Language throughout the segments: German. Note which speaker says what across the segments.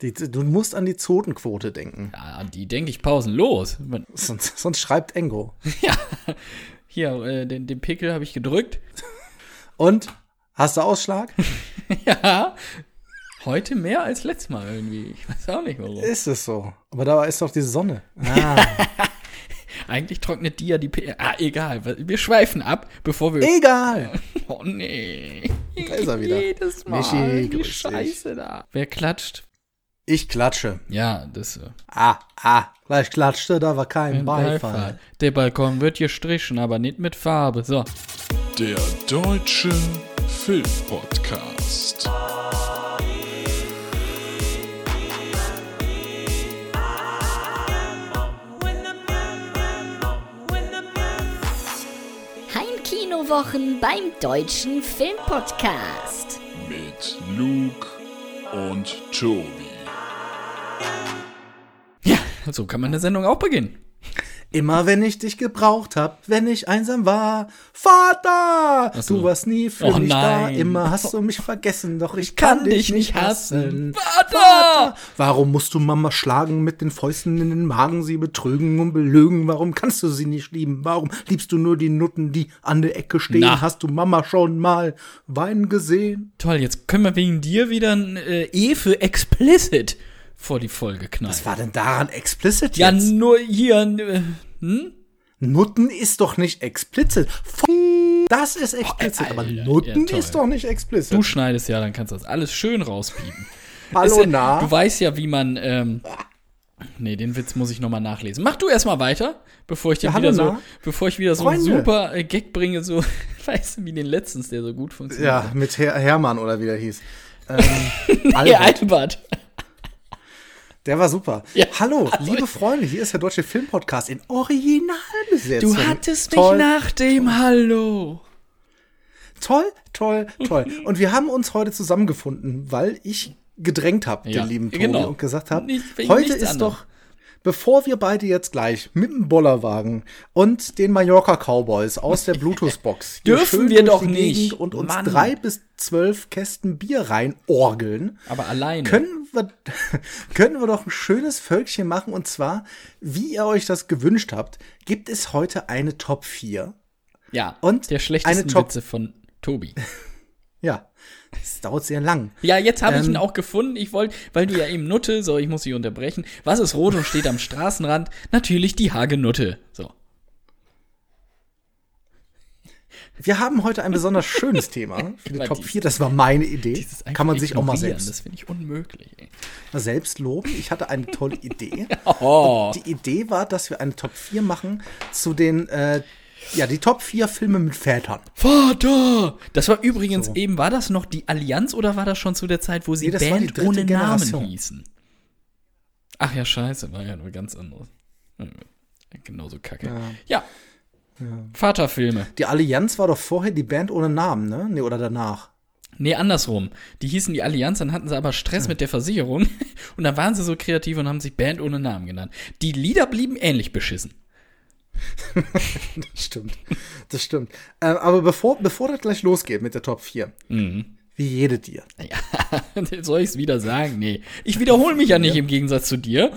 Speaker 1: Die, du musst an die Zotenquote denken.
Speaker 2: Ja, an die denke ich pausenlos. Man,
Speaker 1: Sonst, sonst schreibt Engo.
Speaker 2: ja, hier, äh, den, den Pickel habe ich gedrückt.
Speaker 1: Und hast du Ausschlag?
Speaker 2: ja, heute mehr als letztes Mal irgendwie. Ich weiß auch nicht warum.
Speaker 1: ist es so. Aber da ist doch die Sonne. Ah,
Speaker 2: Eigentlich trocknet die ja die P Ah, egal. Wir schweifen ab, bevor wir.
Speaker 1: Egal.
Speaker 2: Oh nee. Da
Speaker 1: ist er wieder.
Speaker 2: Jedes Mal.
Speaker 1: Michi,
Speaker 2: die
Speaker 1: grüß dich.
Speaker 2: Scheiße da. Wer klatscht?
Speaker 1: Ich klatsche.
Speaker 2: Ja, das. äh,
Speaker 1: Ah, ah. Gleich klatschte, da war kein
Speaker 2: ein
Speaker 1: Beifall.
Speaker 2: Der Balkon wird gestrichen, aber nicht mit Farbe. So.
Speaker 3: Der Deutsche Filmpodcast.
Speaker 4: Heimkinowochen beim Deutschen Filmpodcast.
Speaker 3: Mit Luke und Tobi.
Speaker 2: Ja, so kann man eine Sendung auch beginnen.
Speaker 1: Immer wenn ich dich gebraucht hab, wenn ich einsam war. Vater,
Speaker 2: so.
Speaker 1: du warst nie für
Speaker 2: Oh
Speaker 1: mich
Speaker 2: nein.
Speaker 1: da. Immer hast du mich vergessen, doch ich
Speaker 2: kann
Speaker 1: kann,
Speaker 2: dich
Speaker 1: dich nicht
Speaker 2: nicht
Speaker 1: hassen.
Speaker 2: hassen. Vater!
Speaker 1: Warum musst du Mama schlagen, mit den Fäusten in den Magen sie betrügen und belügen? Warum kannst du sie nicht lieben? Warum liebst du nur die Nutten, die an der Ecke stehen?
Speaker 2: Na.
Speaker 1: Hast du Mama schon mal weinen gesehen?
Speaker 2: Toll, jetzt können wir wegen dir wieder ein äh, E für explicit vor die Folge knallen.
Speaker 1: Was war denn daran explicit
Speaker 2: ja,
Speaker 1: jetzt?
Speaker 2: nur hier. Äh, hm?
Speaker 1: Nutten ist doch nicht explicit. F das ist explicit, aber
Speaker 2: ja,
Speaker 1: Nutten
Speaker 2: toll.
Speaker 1: ist doch nicht explicit.
Speaker 2: Du schneidest ja, dann kannst du das alles schön rauspiepen. Ist
Speaker 1: Hallo,
Speaker 2: ja-
Speaker 1: na?
Speaker 2: Du weißt ja, wie man. Ähm, nee, den Witz muss ich nochmal nachlesen. Mach du erstmal weiter, bevor ich dir
Speaker 1: Ja, hallo,
Speaker 2: wieder so,
Speaker 1: na?
Speaker 2: bevor ich wieder so einen
Speaker 1: Freunde.
Speaker 2: super äh, Gag bringe, so weißt du, wie den letztens, der so gut funktioniert.
Speaker 1: Ja, mit Her Hermann oder wie der hieß. Ähm,
Speaker 2: Ihr
Speaker 1: Albert,
Speaker 2: Albert.
Speaker 1: der war super.
Speaker 2: Ja,
Speaker 1: Hallo, liebe Freunde, hier ist der Deutsche Filmpodcast in Originalbesetzung.
Speaker 2: Du hattest
Speaker 1: Toll.
Speaker 2: mich nach dem Hallo.
Speaker 1: Toll, toll, toll. Und wir haben uns heute zusammengefunden, weil ich gedrängt habe,
Speaker 2: Ja,
Speaker 1: den lieben Tobi,
Speaker 2: genau.
Speaker 1: und gesagt habe,
Speaker 2: Nicht- wegen
Speaker 1: heute
Speaker 2: nichts
Speaker 1: ist
Speaker 2: anderem.
Speaker 1: doch, bevor wir beide jetzt gleich mit dem Bollerwagen und den Mallorca Cowboys aus der Bluetooth-Box hier
Speaker 2: Dürfen
Speaker 1: schön
Speaker 2: wir
Speaker 1: durch
Speaker 2: doch
Speaker 1: die Gegend
Speaker 2: nicht.
Speaker 1: und uns
Speaker 2: Mann.
Speaker 1: drei bis zwölf Kästen Bier reinorgeln,
Speaker 2: Aber alleine.
Speaker 1: können wir, können wir doch ein schönes Völkchen machen. Und zwar, wie ihr euch das gewünscht habt, gibt es heute eine Top 4.
Speaker 2: ja.
Speaker 1: und
Speaker 2: der schlechtesten
Speaker 1: eine Top-
Speaker 2: Witze von Tobi.
Speaker 1: Ja, es dauert sehr lang.
Speaker 2: Ja, jetzt habe ich
Speaker 1: Ähm.
Speaker 2: ihn auch gefunden. Ich wollte, weil du ja eben Nutte, so ich muss dich unterbrechen. Was ist rot und steht am Straßenrand? Natürlich die Hagenutte. So.
Speaker 1: Wir haben heute ein besonders schönes Thema für die
Speaker 2: Immer
Speaker 1: Top
Speaker 2: dieses-
Speaker 1: 4. Das war meine Idee.
Speaker 2: Dieses
Speaker 1: Kann man
Speaker 2: einfach
Speaker 1: sich auch mal
Speaker 2: ignorieren,
Speaker 1: selbst,
Speaker 2: Das finde ich unmöglich. Ey.
Speaker 1: selbst loben. Ich hatte eine tolle Idee.
Speaker 2: Oh.
Speaker 1: Die Idee war, dass wir eine Top 4 machen zu den, äh, ja, die Top 4 Filme mit Vätern.
Speaker 2: Vater! Das war übrigens eben, war das noch die Allianz oder war das schon zu der Zeit, wo sie
Speaker 1: Nee, das war die
Speaker 2: Band
Speaker 1: dritte
Speaker 2: ohne
Speaker 1: Generation.
Speaker 2: Namen hießen? Ach ja, scheiße, war ja nur ganz anderes. Hm, Genauso kacke. Ja. Vaterfilme.
Speaker 1: Die Allianz war doch vorher die Band ohne Namen, ne? Nee, oder danach.
Speaker 2: Nee, andersrum. Die hießen die Allianz, dann hatten sie aber Stress mit der Versicherung und dann waren sie so kreativ und haben sich Band ohne Namen genannt. Die Lieder blieben ähnlich beschissen.
Speaker 1: Das stimmt. Das stimmt. Äh, aber bevor, bevor das gleich losgeht mit der Top 4, wie jede dir.
Speaker 2: Ja, soll ich es wieder sagen? Nee. Ich wiederhole mich ja nicht im Gegensatz zu dir.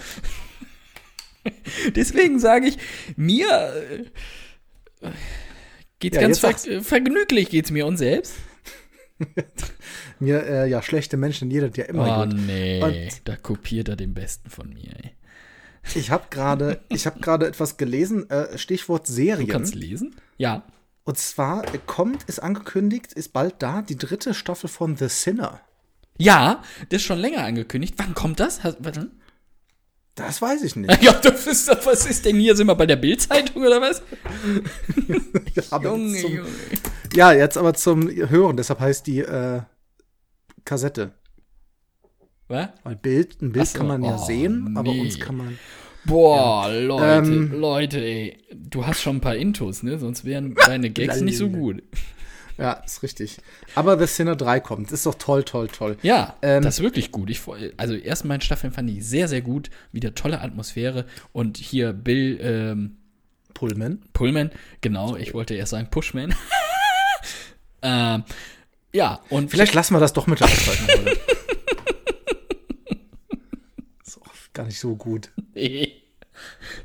Speaker 2: Deswegen sage ich, mir äh, geht's
Speaker 1: Ja, jetzt
Speaker 2: ganz ver
Speaker 1: sag's.
Speaker 2: äh, vergnüglich geht's mir und selbst.
Speaker 1: Mir, äh, ja, schlechte Menschen, jeder dir immer
Speaker 2: oh
Speaker 1: gut.
Speaker 2: nee,
Speaker 1: Und-
Speaker 2: da kopiert er den Besten von mir. Ey.
Speaker 1: Ich habe gerade, ich habe gerade etwas gelesen, äh, Stichwort
Speaker 2: Du
Speaker 1: Serien.
Speaker 2: kannst lesen? Ja.
Speaker 1: Und zwar äh, kommt, ist angekündigt, ist bald da, die dritte Staffel von The Sinner.
Speaker 2: Ja, das ist schon länger angekündigt. Wann kommt das? Hast, warte.
Speaker 1: Das weiß ich nicht.
Speaker 2: Ja, das ist, doch- was ist denn hier? Sind wir bei der Bildzeitung oder was?
Speaker 1: Aber jetzt zum,
Speaker 2: Junge.
Speaker 1: ja, jetzt aber zum Hören, deshalb heißt die äh, Kassette.
Speaker 2: Was?
Speaker 1: Weil Bild, ein Bild
Speaker 2: Ach so,
Speaker 1: kann man ja
Speaker 2: oh,
Speaker 1: sehen, aber
Speaker 2: nee.
Speaker 1: uns kann man.
Speaker 2: Boah, Leute,
Speaker 1: Ähm.
Speaker 2: Leute, ey. Du hast schon ein paar Intos, ne? Sonst wären deine Gags nicht so gut.
Speaker 1: Ja, ist richtig. Aber The Sinner 3 kommt. Ist doch toll, toll, toll.
Speaker 2: Ja,
Speaker 1: Ähm.
Speaker 2: das ist wirklich gut. Ich, freu- also, die ersten beiden Staffeln fand ich sehr, sehr gut. Wieder tolle Atmosphäre. Und hier Bill ähm,
Speaker 1: Pullman.
Speaker 2: Pullman, genau, ich wollte erst sagen Pushman. ähm, ja, und
Speaker 1: Vielleicht lassen wir das doch mit der Aufzeichnung. heute. gar nicht so gut.
Speaker 2: Nee.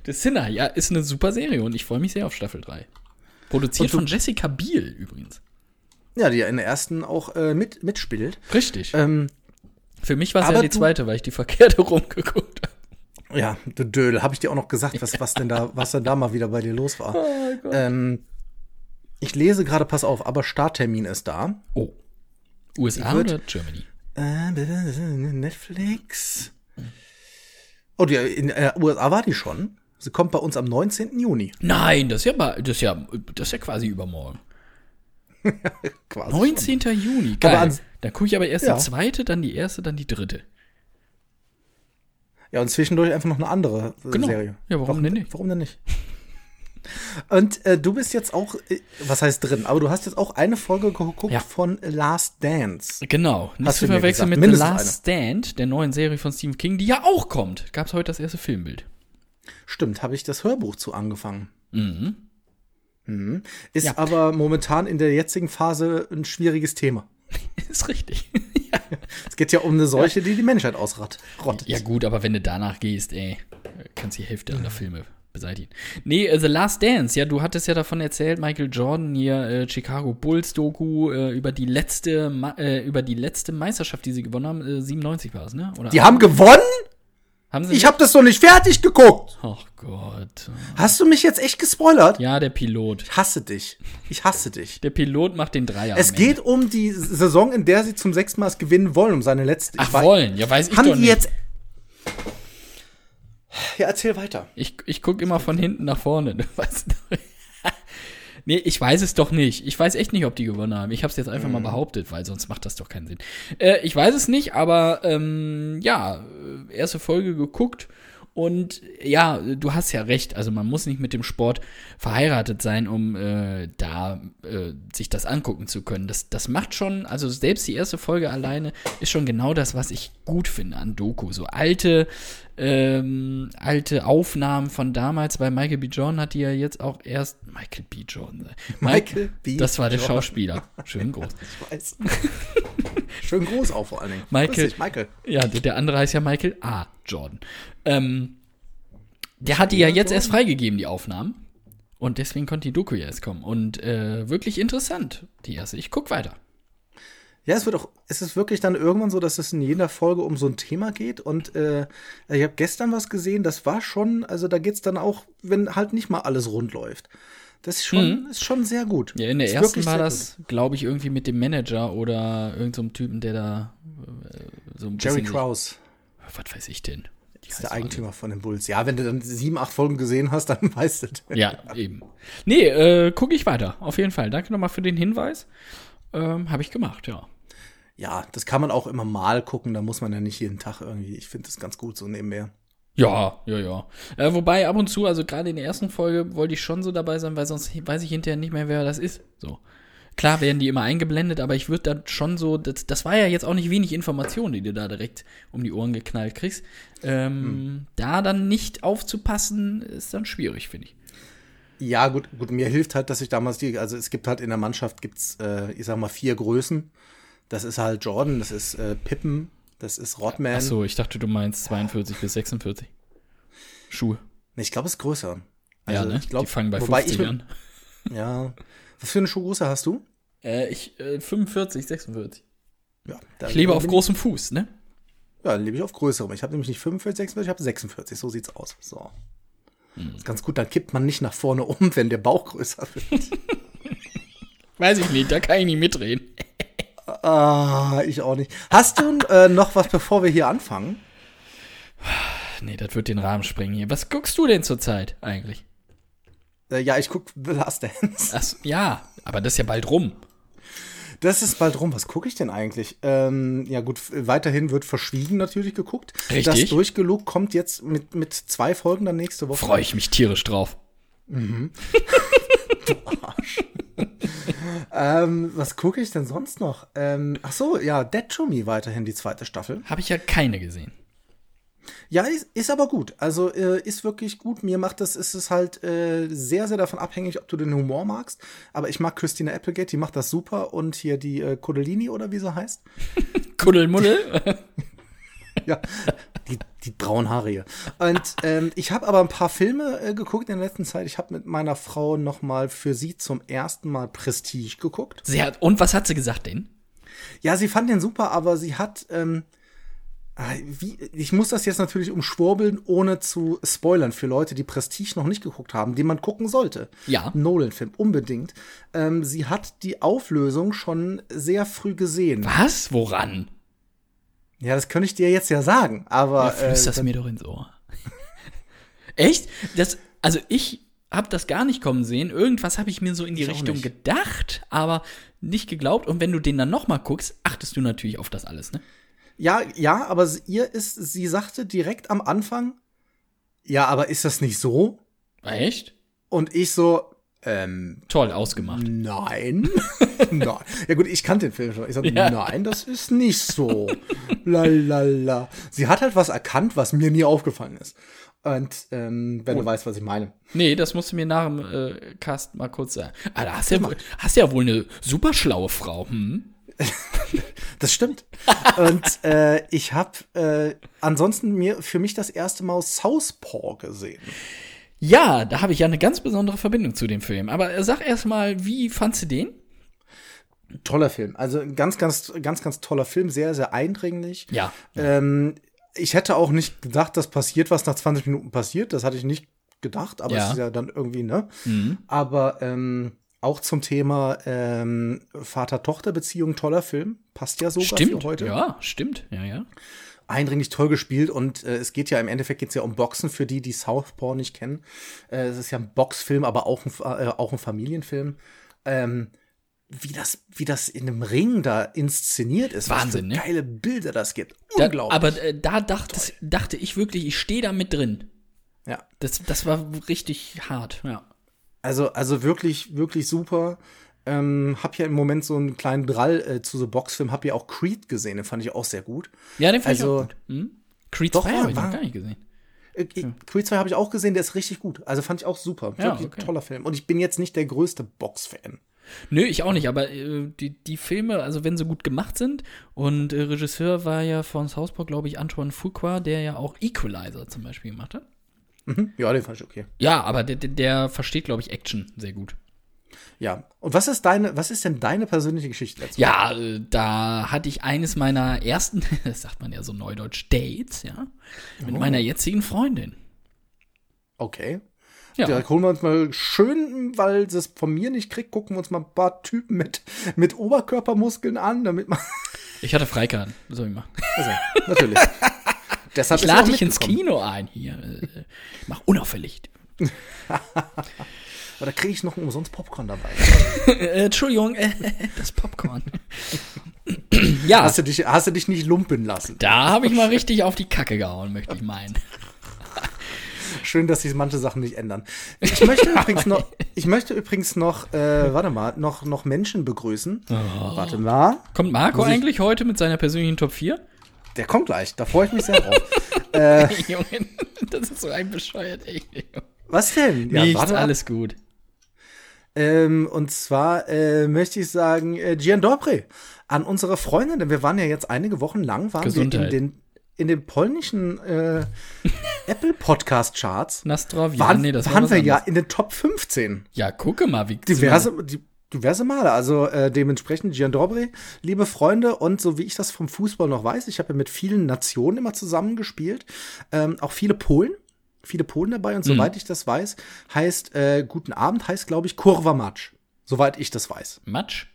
Speaker 2: The Sinner, ja, ist eine super Serie und ich freue mich sehr auf Staffel 3. Produziert
Speaker 1: Und du-
Speaker 2: von Jessica Biel übrigens.
Speaker 1: Ja, die ja in der ersten auch äh, mit, mitspielt.
Speaker 2: Richtig.
Speaker 1: Ähm,
Speaker 2: Äh, Für mich war es ja
Speaker 1: aber
Speaker 2: die
Speaker 1: du-
Speaker 2: zweite, weil ich die verkehrte rumgeguckt habe.
Speaker 1: ja, du Dödel, habe ich dir auch noch gesagt, was, was denn da, was denn da mal wieder bei dir los war. ähm, ich lese gerade, pass auf, aber Starttermin ist da.
Speaker 2: Oh. USA
Speaker 1: Die wird-
Speaker 2: oder Germany?
Speaker 1: Äh, Netflix. Oh, die, in der USA war die schon. Sie kommt bei uns am 19. Juni.
Speaker 2: Nein, das ist ja, ba- das ist ja, das ist ja quasi übermorgen.
Speaker 1: Quasi.
Speaker 2: 19. Juni, geil.
Speaker 1: Aber ans-
Speaker 2: dann gucke ich aber erst
Speaker 1: Ja.
Speaker 2: die zweite, dann die erste, dann die dritte.
Speaker 1: Ja, und zwischendurch einfach noch eine andere äh,
Speaker 2: Genau.
Speaker 1: Serie.
Speaker 2: Ja, warum denn nicht?
Speaker 1: Warum denn nicht? Und äh, du bist jetzt auch, äh, was heißt drin, aber du hast jetzt auch eine Folge geguckt
Speaker 2: Ja.
Speaker 1: von Last Dance.
Speaker 2: Genau. Nicht
Speaker 1: Hast
Speaker 2: zu
Speaker 1: du mir gesagt,
Speaker 2: verwechseln mit The
Speaker 1: mindestens
Speaker 2: Last Stand, der neuen Serie von Stephen King, die ja auch kommt. Gab es heute das erste Filmbild.
Speaker 1: Stimmt, habe ich das Hörbuch zu angefangen.
Speaker 2: Mhm.
Speaker 1: Mhm. Ist
Speaker 2: Ja.
Speaker 1: aber momentan in der jetzigen Phase ein schwieriges Thema.
Speaker 2: Ist richtig.
Speaker 1: Es geht ja um eine Seuche, die die Menschheit ausrottet.
Speaker 2: Ja gut, aber wenn du danach gehst, ey, kannst die Hälfte aller Filme beseitigen. Nee, äh, The Last Dance, ja, du hattest ja davon erzählt, Michael Jordan hier äh, Chicago Bulls Doku äh, über die letzte Ma äh, über die letzte Meisterschaft, die sie gewonnen haben, äh, 97 war es, ne? Oder
Speaker 1: Die haben gewonnen?
Speaker 2: Mhm. haben sie
Speaker 1: Ich habe das noch nicht fertig geguckt.
Speaker 2: Ach Gott.
Speaker 1: Hast du mich jetzt echt gespoilert?
Speaker 2: Ja, der Pilot.
Speaker 1: Ich hasse dich. Ich hasse dich.
Speaker 2: Der Pilot macht den Dreier.
Speaker 1: Es
Speaker 2: am Ende.
Speaker 1: geht um die Saison, in der sie zum sechsten Mal es gewinnen wollen, um seine letzte. Ich
Speaker 2: Ach,
Speaker 1: weiß-
Speaker 2: wollen. Ja, weiß ich
Speaker 1: Haben
Speaker 2: doch
Speaker 1: die
Speaker 2: nicht.
Speaker 1: jetzt. Ja, erzähl weiter.
Speaker 2: Ich, ich gucke immer von hinten nach vorne. Du weißt doch. nee, ich weiß es doch nicht. Ich weiß echt nicht, ob die gewonnen haben. Ich habe es jetzt einfach mal behauptet, weil sonst macht das doch keinen Sinn. Äh, ich weiß es nicht, aber ähm, ja, äh, erste Folge geguckt. Und äh, ja, du hast ja recht. Also man muss nicht mit dem Sport verheiratet sein, um äh, da äh, sich das angucken zu können. Das, das macht schon, also selbst die erste Folge alleine ist schon genau das, was ich gut finde an Doku. So alte, ähm, alte Aufnahmen von damals, weil Michael B. Jordan hat die ja jetzt auch erst. Michael B. Jordan. ne?
Speaker 1: Michael B.
Speaker 2: Das war der
Speaker 1: Jordan.
Speaker 2: Schauspieler. Schön groß.
Speaker 1: Ich weiß. Schön groß auch vor allen Dingen.
Speaker 2: Michael.
Speaker 1: Grüß dich, Michael.
Speaker 2: Ja, der, der andere heißt ja Michael A. Jordan. Ähm, der hat die ja jetzt erst freigegeben, die Aufnahmen. Und deswegen konnte die Doku ja erst kommen. Und äh, wirklich interessant, die erste. Ich guck weiter.
Speaker 1: Ja, es wird auch, es ist wirklich dann irgendwann so, dass es in jeder Folge um so ein Thema geht. Und äh, ich habe gestern was gesehen, das war schon, also da geht's dann auch, wenn halt nicht mal alles rund läuft. Das ist schon, ist schon sehr gut.
Speaker 2: Mhm. Ja, in der
Speaker 1: ist
Speaker 2: ersten
Speaker 1: wirklich
Speaker 2: war
Speaker 1: sehr
Speaker 2: das, glaube ich, irgendwie mit dem Manager oder irgendeinem so Typen, der da äh, so ein
Speaker 1: Gut. Jerry
Speaker 2: bisschen.
Speaker 1: Krause
Speaker 2: Was weiß ich denn? Die
Speaker 1: ist
Speaker 2: heißt
Speaker 1: der
Speaker 2: doch
Speaker 1: Eigentümer von den Bulls. Ja, wenn du dann sieben, acht Folgen gesehen hast, dann weißt du. das.
Speaker 2: Ja, eben. Nee, äh, gucke ich weiter. Auf jeden Fall. Danke nochmal für den Hinweis. Ähm, Habe ich gemacht, ja.
Speaker 1: Ja, das kann man auch immer mal gucken, da muss man ja nicht jeden Tag irgendwie. Ich finde das ganz gut so nebenher.
Speaker 2: Ja, ja, ja. Äh, wobei ab und zu, also gerade in der ersten Folge, wollte ich schon so dabei sein, weil sonst weiß ich hinterher nicht mehr, wer das ist. So. Klar werden die immer eingeblendet, aber ich würde dann schon so, das, das war ja jetzt auch nicht wenig Information, die du da direkt um die Ohren geknallt kriegst. Ähm,
Speaker 1: Hm.
Speaker 2: Da dann nicht aufzupassen, ist dann schwierig, finde ich.
Speaker 1: Ja, gut, gut, mir hilft halt, dass ich damals die, also es gibt halt in der Mannschaft gibt's, äh, ich sag mal, vier Größen. Das ist halt Jordan, das ist äh, Pippen, das ist Rodman.
Speaker 2: Ach so, ich dachte, du meinst 42 bis 46. Schuhe.
Speaker 1: Nee, ich glaube, es ist größer.
Speaker 2: ja, ne?
Speaker 1: Also ich glaub,
Speaker 2: die fangen bei
Speaker 1: wobei
Speaker 2: 50
Speaker 1: ich mit-
Speaker 2: an.
Speaker 1: Ja. Was für eine Schuhgröße hast du?
Speaker 2: Äh, ich, äh, 45, 46.
Speaker 1: Ja, da-
Speaker 2: Ich lebe auf
Speaker 1: Also bin
Speaker 2: großem Fuß, ne?
Speaker 1: Ja, dann lebe ich auf größerem. Ich habe nämlich nicht 45, 46, ich habe 46. So sieht's aus. So.
Speaker 2: Hm.
Speaker 1: Ist ganz gut, dann kippt man nicht nach vorne um, wenn der Bauch größer wird.
Speaker 2: Weiß ich nicht, da kann ich nicht mitreden.
Speaker 1: ah, ich auch nicht. Hast du äh, noch was, bevor wir hier anfangen?
Speaker 2: Nee, das wird den Rahmen sprengen hier. Was guckst du denn zurzeit eigentlich?
Speaker 1: Äh, ja, ich guck The Last Dance.
Speaker 2: Ach, so, ja, aber das ist ja bald rum.
Speaker 1: Das ist bald rum. Was gucke ich denn eigentlich? Ähm, ja gut, f- weiterhin wird verschwiegen natürlich geguckt.
Speaker 2: Richtig.
Speaker 1: Das durchgelugt kommt jetzt mit, mit zwei Folgen dann nächste Woche.
Speaker 2: Freue ich mich tierisch drauf.
Speaker 1: Ähm, was gucke ich denn sonst noch? Ähm, ach so, ja, Dead to Me weiterhin die zweite Staffel.
Speaker 2: Habe ich ja keine gesehen.
Speaker 1: Ja, ist, ist aber gut. Also äh, ist wirklich gut. Mir macht das, ist es halt äh, sehr, sehr davon abhängig, ob du den Humor magst. Aber ich mag Christina Applegate, die macht das super. Und hier die äh, Codellini oder wie sie heißt.
Speaker 2: Kuddelmuddel?
Speaker 1: Ja, Die, die braunhaarige. Und ähm, ich habe aber ein paar Filme äh, geguckt in der letzten Zeit. Ich habe mit meiner Frau noch mal für sie zum ersten Mal Prestige geguckt.
Speaker 2: Sie hat, und was hat sie gesagt denn?
Speaker 1: Ja, sie fand den super, aber sie hat ähm, ah, wie, ich muss das jetzt natürlich umschwurbeln, ohne zu spoilern für Leute, die Prestige noch nicht geguckt haben, die man gucken sollte.
Speaker 2: Ja.
Speaker 1: Nolan-Film, unbedingt. Ähm, sie hat die Auflösung schon sehr früh gesehen.
Speaker 2: Was? Woran?
Speaker 1: Ja, das könnte ich dir jetzt ja sagen, aber
Speaker 2: Ja, flüstert
Speaker 1: äh,
Speaker 2: mir doch ins Ohr. Echt? Das, also ich habe das gar nicht kommen sehen. Irgendwas habe ich mir so in die
Speaker 1: Ich auch
Speaker 2: Richtung
Speaker 1: nicht.
Speaker 2: gedacht, aber nicht geglaubt. Und wenn du den dann noch mal guckst, achtest du natürlich auf das alles, ne?
Speaker 1: ja, ja, aber sie- ihr ist, sie sagte direkt am Anfang, ja, aber ist das nicht so?
Speaker 2: Echt?
Speaker 1: Und ich so, ähm,
Speaker 2: Toll ausgemacht.
Speaker 1: nein. nein. Ja gut, ich kannte den Film schon. Ich sagte,
Speaker 2: Ja.
Speaker 1: nein, das ist nicht so. la la la. Sie hat halt was erkannt, was mir nie aufgefallen ist. Und ähm,
Speaker 2: Oh.
Speaker 1: wenn du weißt, was ich meine.
Speaker 2: Nee, das musst du mir nach dem äh, Cast mal kurz sagen. Ah, da hast du ja, wohl- hast ja wohl eine super schlaue Frau. Hm?
Speaker 1: Das stimmt. Und äh, ich habe äh, ansonsten mir für mich das erste Mal Southpaw gesehen.
Speaker 2: Ja, da habe ich ja eine ganz besondere Verbindung zu dem Film. Aber äh, sag erst mal, wie fandst du den?
Speaker 1: Toller Film. Also ein ganz, ganz, ganz, ganz toller Film. Sehr, sehr eindringlich.
Speaker 2: Ja.
Speaker 1: Ähm, ich hätte auch nicht gedacht, dass passiert, was nach 20 Minuten passiert. Das hatte ich nicht gedacht, aber
Speaker 2: Ja.
Speaker 1: es ist ja dann irgendwie, ne?
Speaker 2: Mhm.
Speaker 1: Aber ähm, auch zum Thema ähm, Vater-Tochter-Beziehung, toller Film. Passt ja sogar
Speaker 2: Stimmt.
Speaker 1: für heute.
Speaker 2: Ja, stimmt. Ja, ja.
Speaker 1: Eindringlich toll gespielt und äh, es geht ja im Endeffekt geht's ja um Boxen, für die, die Southpaw nicht kennen. Äh, es ist ja ein Boxfilm, aber auch ein, Fa- äh, auch ein Familienfilm. Ähm, wie das, wie das in einem Ring da inszeniert ist. was
Speaker 2: Wahnsinn, ne?
Speaker 1: für geile Bilder das gibt.
Speaker 2: Da,
Speaker 1: Unglaublich.
Speaker 2: aber äh, da dachte, dachte ich wirklich, ich stehe da mit drin.
Speaker 1: ja.
Speaker 2: Das, das war richtig hart, ja.
Speaker 1: Also, also wirklich, wirklich super. Ähm, hab ja im Moment so einen kleinen Drall äh, zu so Boxfilmen, hab ja auch Creed gesehen, den fand ich auch sehr gut.
Speaker 2: Ja, den fand
Speaker 1: Also-
Speaker 2: ich auch gut. Hm? Creed
Speaker 1: Doch,
Speaker 2: 2
Speaker 1: ja,
Speaker 2: habe ich noch
Speaker 1: war-
Speaker 2: gar nicht gesehen.
Speaker 1: Äh, ich- Creed 2 habe ich auch gesehen, der ist richtig gut. Also fand ich auch super.
Speaker 2: Ja,
Speaker 1: Wirklich
Speaker 2: okay.
Speaker 1: ein toller Film. Und ich bin jetzt nicht der größte Box-Fan.
Speaker 2: Nö, ich auch nicht, aber äh, die, die Filme, also wenn sie gut gemacht sind, und äh, Regisseur war ja von South Park, glaube ich, Antoine Fuqua, der ja auch Equalizer zum Beispiel gemacht hat.
Speaker 1: Mhm. Ja, den fand ich okay.
Speaker 2: Ja, aber der, der, der versteht, glaube ich, Action sehr gut.
Speaker 1: Ja. Und was ist deine, was ist denn deine persönliche Geschichte dazu?
Speaker 2: Ja, äh, da hatte ich eines meiner ersten, das sagt man ja so neudeutsch, Dates, ja, mit meiner jetzigen Freundin.
Speaker 1: Okay.
Speaker 2: Ja.
Speaker 1: Da holen wir uns mal schön, weil sie es von mir nicht kriegt, gucken wir uns mal ein paar Typen mit, mit Oberkörpermuskeln an, damit man.
Speaker 2: Ich hatte Freikarten, was soll ich machen?
Speaker 1: Also, natürlich. Deshalb
Speaker 2: Ich
Speaker 1: ist sie auch
Speaker 2: lade dich ins
Speaker 1: mitgekommen.
Speaker 2: Kino ein hier. Äh, Mach unauffällig.
Speaker 1: Aber da kriege ich noch einen umsonst Popcorn dabei.
Speaker 2: Äh, Entschuldigung, äh, das Popcorn. ja,
Speaker 1: Hast du dich, hast du dich nicht lumpen lassen?
Speaker 2: da habe ich mal richtig auf die Kacke gehauen, möchte ich meinen.
Speaker 1: Schön, dass sich manche Sachen nicht ändern. Ich möchte übrigens noch, ich möchte übrigens noch, äh, warte mal, noch, noch Menschen begrüßen.
Speaker 2: Oh.
Speaker 1: Warte mal,
Speaker 2: Kommt Marco
Speaker 1: Muss ich-
Speaker 2: eigentlich heute mit seiner persönlichen Top 4?
Speaker 1: der kommt gleich. Da freue ich mich sehr drauf.
Speaker 2: Junge, das ist so ein bescheuert, echt.
Speaker 1: Was denn?
Speaker 2: Ja, Nichts,
Speaker 1: warte mal.
Speaker 2: alles gut.
Speaker 1: Ähm, und zwar äh, möchte ich sagen, äh, Gian Dobre an unsere Freunde, denn wir waren ja jetzt einige Wochen lang waren wir in
Speaker 2: Gesundheit.
Speaker 1: den in den polnischen äh, Apple Podcast Charts
Speaker 2: Nastrovia,
Speaker 1: waren,
Speaker 2: nee, das war
Speaker 1: waren
Speaker 2: was
Speaker 1: wir ja
Speaker 2: anderes.
Speaker 1: in den Top 15.
Speaker 2: Ja, gucke mal, wie
Speaker 1: diverse, di- diverse Male. Also äh, dementsprechend Gian Dobre, liebe Freunde, und so wie ich das vom Fußball noch weiß, ich habe ja mit vielen Nationen immer zusammengespielt, ähm, auch viele Polen. Viele Polen dabei und
Speaker 2: Mhm.
Speaker 1: soweit ich das weiß, heißt äh, Guten Abend, heißt glaube ich Kurwa Matsch. Soweit ich das weiß.
Speaker 2: Matsch.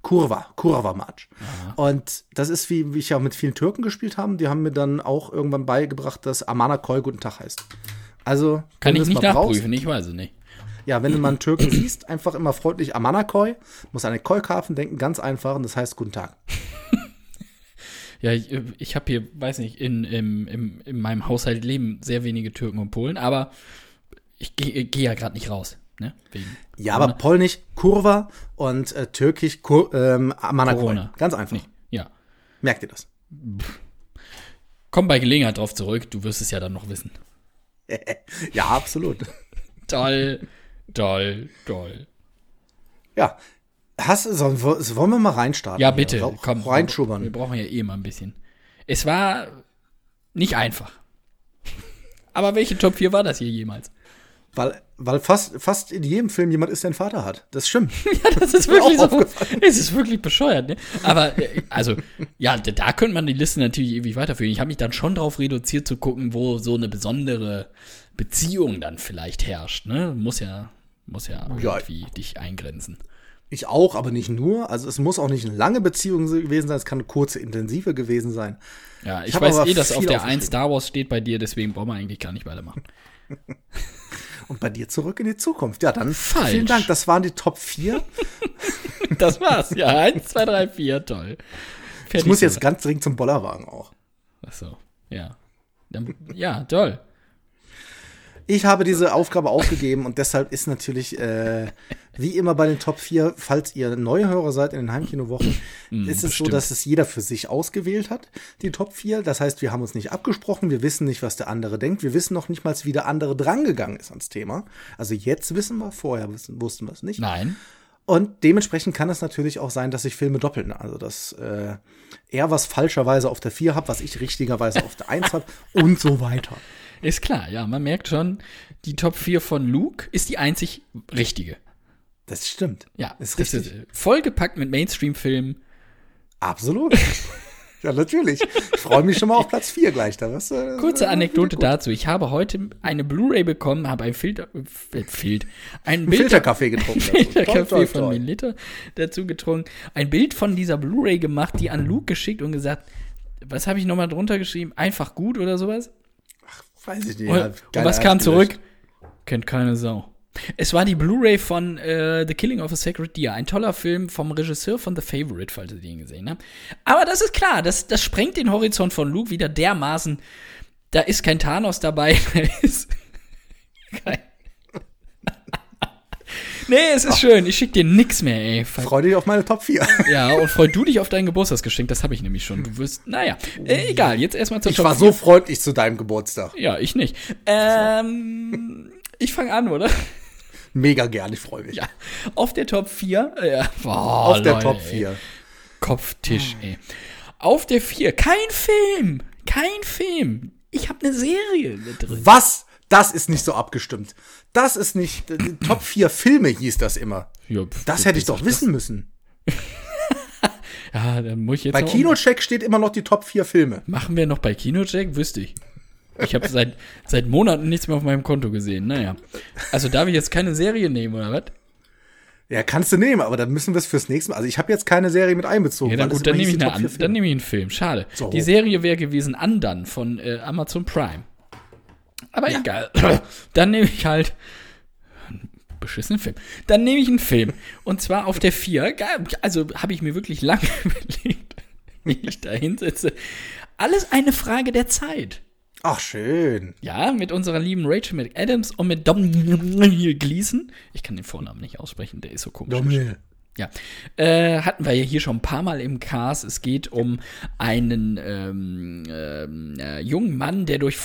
Speaker 1: Kurwa, Kurwa Matsch. Und das ist wie, wie ich ja mit vielen Türken gespielt habe. Die haben mir dann auch irgendwann beigebracht, dass Amana Koi Guten Tag heißt. Also, wenn
Speaker 2: Kann
Speaker 1: du
Speaker 2: ich
Speaker 1: es
Speaker 2: nicht
Speaker 1: mal brauchst-
Speaker 2: nachprüfen, ich weiß es nicht.
Speaker 1: ja, wenn du mal einen Türken siehst, einfach immer freundlich Amanakoi, muss an den Koi-Karpfen denken, ganz einfach und das heißt guten Tag.
Speaker 2: Ja, ich, ich habe hier, weiß nicht, in, im, im, in meinem Haushalt leben sehr wenige Türken und Polen, aber ich gehe geh ja gerade nicht raus. Ne? Wegen.
Speaker 1: Ja, aber polnisch Kurva und äh, türkisch Kur, ähm, Amanakoi.
Speaker 2: Corona.
Speaker 1: Ganz einfach.
Speaker 2: Nee, ja.
Speaker 1: Merkt ihr das?
Speaker 2: Komm bei Gelegenheit drauf zurück, du wirst es ja dann noch wissen.
Speaker 1: ja, absolut.
Speaker 2: Toll, toll, toll.
Speaker 1: Ja. Hast, du- sollen, wir- wollen wir mal reinstarten?
Speaker 2: Ja,
Speaker 1: hier?
Speaker 2: bitte,
Speaker 1: Sau-
Speaker 2: komm. Wir
Speaker 1: Reinschubbern.
Speaker 2: brauchen ja eh mal ein bisschen. Es war Nicht einfach. Aber welche Top 4 war das hier jemals?
Speaker 1: Weil, weil fast, fast in jedem Film jemand ist, der einen Vater hat. Das stimmt.
Speaker 2: Ja, das ist wirklich
Speaker 1: auch
Speaker 2: so. Es ist wirklich bescheuert, ne? Aber, äh, also, ja, da- da könnte man die Liste natürlich ewig weiterführen. Ich habe mich dann schon darauf reduziert zu gucken, wo so eine besondere Beziehung dann vielleicht herrscht, ne? Muss ja, muss ja
Speaker 1: Ja.
Speaker 2: irgendwie dich eingrenzen.
Speaker 1: Ich auch, aber nicht nur. Also es muss auch nicht eine lange Beziehung gewesen sein, es kann eine kurze, intensive gewesen sein.
Speaker 2: Ja, ich,
Speaker 1: hab
Speaker 2: weiß
Speaker 1: aber
Speaker 2: eh, dass auf
Speaker 1: viel
Speaker 2: der 1
Speaker 1: aufgeschrieben.
Speaker 2: Star Wars steht bei dir, deswegen brauchen wir eigentlich gar nicht weitermachen.
Speaker 1: Und bei dir zurück in die Zukunft. Ja, dann
Speaker 2: Falsch.
Speaker 1: vielen Dank. Das waren die Top 4.
Speaker 2: Das war's, ja. 1, 2, 3, 4, toll.
Speaker 1: Ich
Speaker 2: Fertig
Speaker 1: muss
Speaker 2: so.
Speaker 1: jetzt ganz dringend zum Bollerwagen auch.
Speaker 2: Ach so, ja. Dann, ja, toll.
Speaker 1: Ich habe diese Aufgabe aufgegeben und deshalb ist natürlich, äh, wie immer bei den Top 4, falls ihr neue Hörer seid in den Heimkino-Wochen, ist es so,
Speaker 2: bestimmt.
Speaker 1: dass es jeder für sich ausgewählt hat, die Top 4. Das heißt, wir haben uns nicht abgesprochen, wir wissen nicht, was der andere denkt, wir wissen noch nicht mal, wie der andere drangegangen ist ans Thema. Also jetzt wissen wir, vorher wissen, wussten wir es nicht.
Speaker 2: Nein.
Speaker 1: Und dementsprechend kann es natürlich auch sein, dass sich Filme doppeln. Also, dass äh, er was falscherweise auf der 4 hat, was ich richtigerweise auf der 1 habe und so weiter.
Speaker 2: Ist klar, ja. Man merkt schon, die Top 4 von Luke ist die einzig richtige.
Speaker 1: Das stimmt.
Speaker 2: Ja,
Speaker 1: ist
Speaker 2: das
Speaker 1: richtig.
Speaker 2: äh, vollgepackt mit Mainstream-Filmen.
Speaker 1: Absolut. ja, natürlich. Ich freue mich schon mal auf Platz 4 gleich. Da äh, weißt du,
Speaker 2: Kurze Anekdote dazu. Ich habe heute eine Blu-ray bekommen, habe ein Filter, äh, Filt, ein Bild,
Speaker 1: Filterkaffee getrunken. dazu. Toi, toi,
Speaker 2: Filterkaffee von
Speaker 1: toi.
Speaker 2: Militer dazu getrunken, ein Bild von dieser Blu-ray gemacht, die an Luke geschickt und gesagt, was habe ich nochmal drunter geschrieben? Einfach gut oder sowas?
Speaker 1: Weiß ich nicht.
Speaker 2: Und,
Speaker 1: ja,
Speaker 2: und
Speaker 1: geile
Speaker 2: was kam
Speaker 1: Art
Speaker 2: zurück?
Speaker 1: gelöscht.
Speaker 2: Kennt keine Sau. Es war die Blu-ray von äh, The Killing of a Sacred Deer, ein toller Film vom Regisseur von The Favorite, falls ihr den gesehen habt. Aber das ist klar, das, das sprengt den Horizont von Luke wieder dermaßen. Da ist kein Thanos dabei, da ist kein Nee, es ist schön. Ich schick dir nix mehr, ey. Ver-
Speaker 1: Freu dich auf meine Top 4.
Speaker 2: Ja, und freu du dich auf dein Geburtstagsgeschenk. Das habe ich nämlich schon. Du wirst, naja, äh, egal. Jetzt erstmal zur
Speaker 1: Ich
Speaker 2: Top
Speaker 1: war so freundlich zu deinem Geburtstag.
Speaker 2: ja, ich nicht. Ähm, ich fange an, oder?
Speaker 1: Mega gern, ich freue mich.
Speaker 2: Ja. Auf der Top 4. Äh, boah,
Speaker 1: auf der
Speaker 2: Leute,
Speaker 1: Top
Speaker 2: ey.
Speaker 1: 4.
Speaker 2: Kopftisch, ey. Auf der 4. Kein Film. Kein Film. Ich habe eine Serie mit drin.
Speaker 1: Was? Das ist nicht so abgestimmt. Das ist nicht. äh, Top 4 Filme hieß das immer.
Speaker 2: Ja, pf,
Speaker 1: Das hätte ich doch wissen müssen.
Speaker 2: Ja, dann muss ich jetzt
Speaker 1: Bei
Speaker 2: noch- um-
Speaker 1: Kinocheck steht immer noch die Top 4 Filme.
Speaker 2: Machen wir noch bei Kinocheck? Wüsste ich. Ich habe seit, seit Monaten nichts mehr auf meinem Konto gesehen. Naja. Also darf ich jetzt keine Serie nehmen, oder was?
Speaker 1: Ja, kannst du nehmen, aber dann müssen wir es fürs nächste Mal. Also ich habe jetzt keine Serie mit einbezogen.
Speaker 2: Ja, dann
Speaker 1: weil es
Speaker 2: gut, dann
Speaker 1: immer
Speaker 2: nehme
Speaker 1: hieß,
Speaker 2: ich,
Speaker 1: die
Speaker 2: eine
Speaker 1: Top 4
Speaker 2: an, dann
Speaker 1: Filme.
Speaker 2: nehme ich einen Film. Schade.
Speaker 1: So.
Speaker 2: Die Serie wäre gewesen Andern von äh, Amazon Prime. Aber egal. Dann nehme ich halt einen beschissenen Film. Dann nehme ich einen Film. Und zwar auf der 4. Geil, Also habe ich mir wirklich lange überlegt, wie ich da hinsetze. Alles eine Frage der Zeit.
Speaker 1: Ach, schön.
Speaker 2: Ja, mit unserer lieben Rachel McAdams und mit Dom Gleason. Ich kann den Vornamen nicht aussprechen, der ist so komisch. Ja, äh, hatten wir ja hier schon ein paar Mal im Cast. Es geht um einen ähm, ähm, äh, jungen Mann, der durch.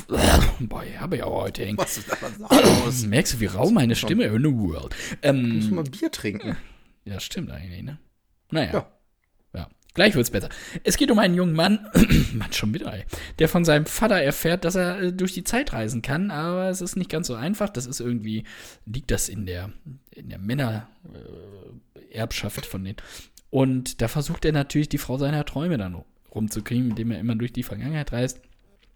Speaker 2: Boah, ich habe ja heute hängen.
Speaker 1: Was ist da los?
Speaker 2: Merkst du, wie rau meine Stimme in the world? Ähm,
Speaker 1: Muss mal Bier trinken.
Speaker 2: ja, stimmt eigentlich, ne? Naja. Ja.
Speaker 1: Ja.
Speaker 2: Gleich wird's besser. Es geht um einen jungen Mann, Mann schon wieder, ey, der von seinem Vater erfährt, dass er äh, durch die Zeit reisen kann, aber es ist nicht ganz so einfach. Das ist irgendwie, liegt das in der, in der Männer, äh, Erbschaft von denen. Und da versucht er natürlich, die Frau seiner Träume dann ru- rumzukriegen, indem er immer durch die Vergangenheit reist.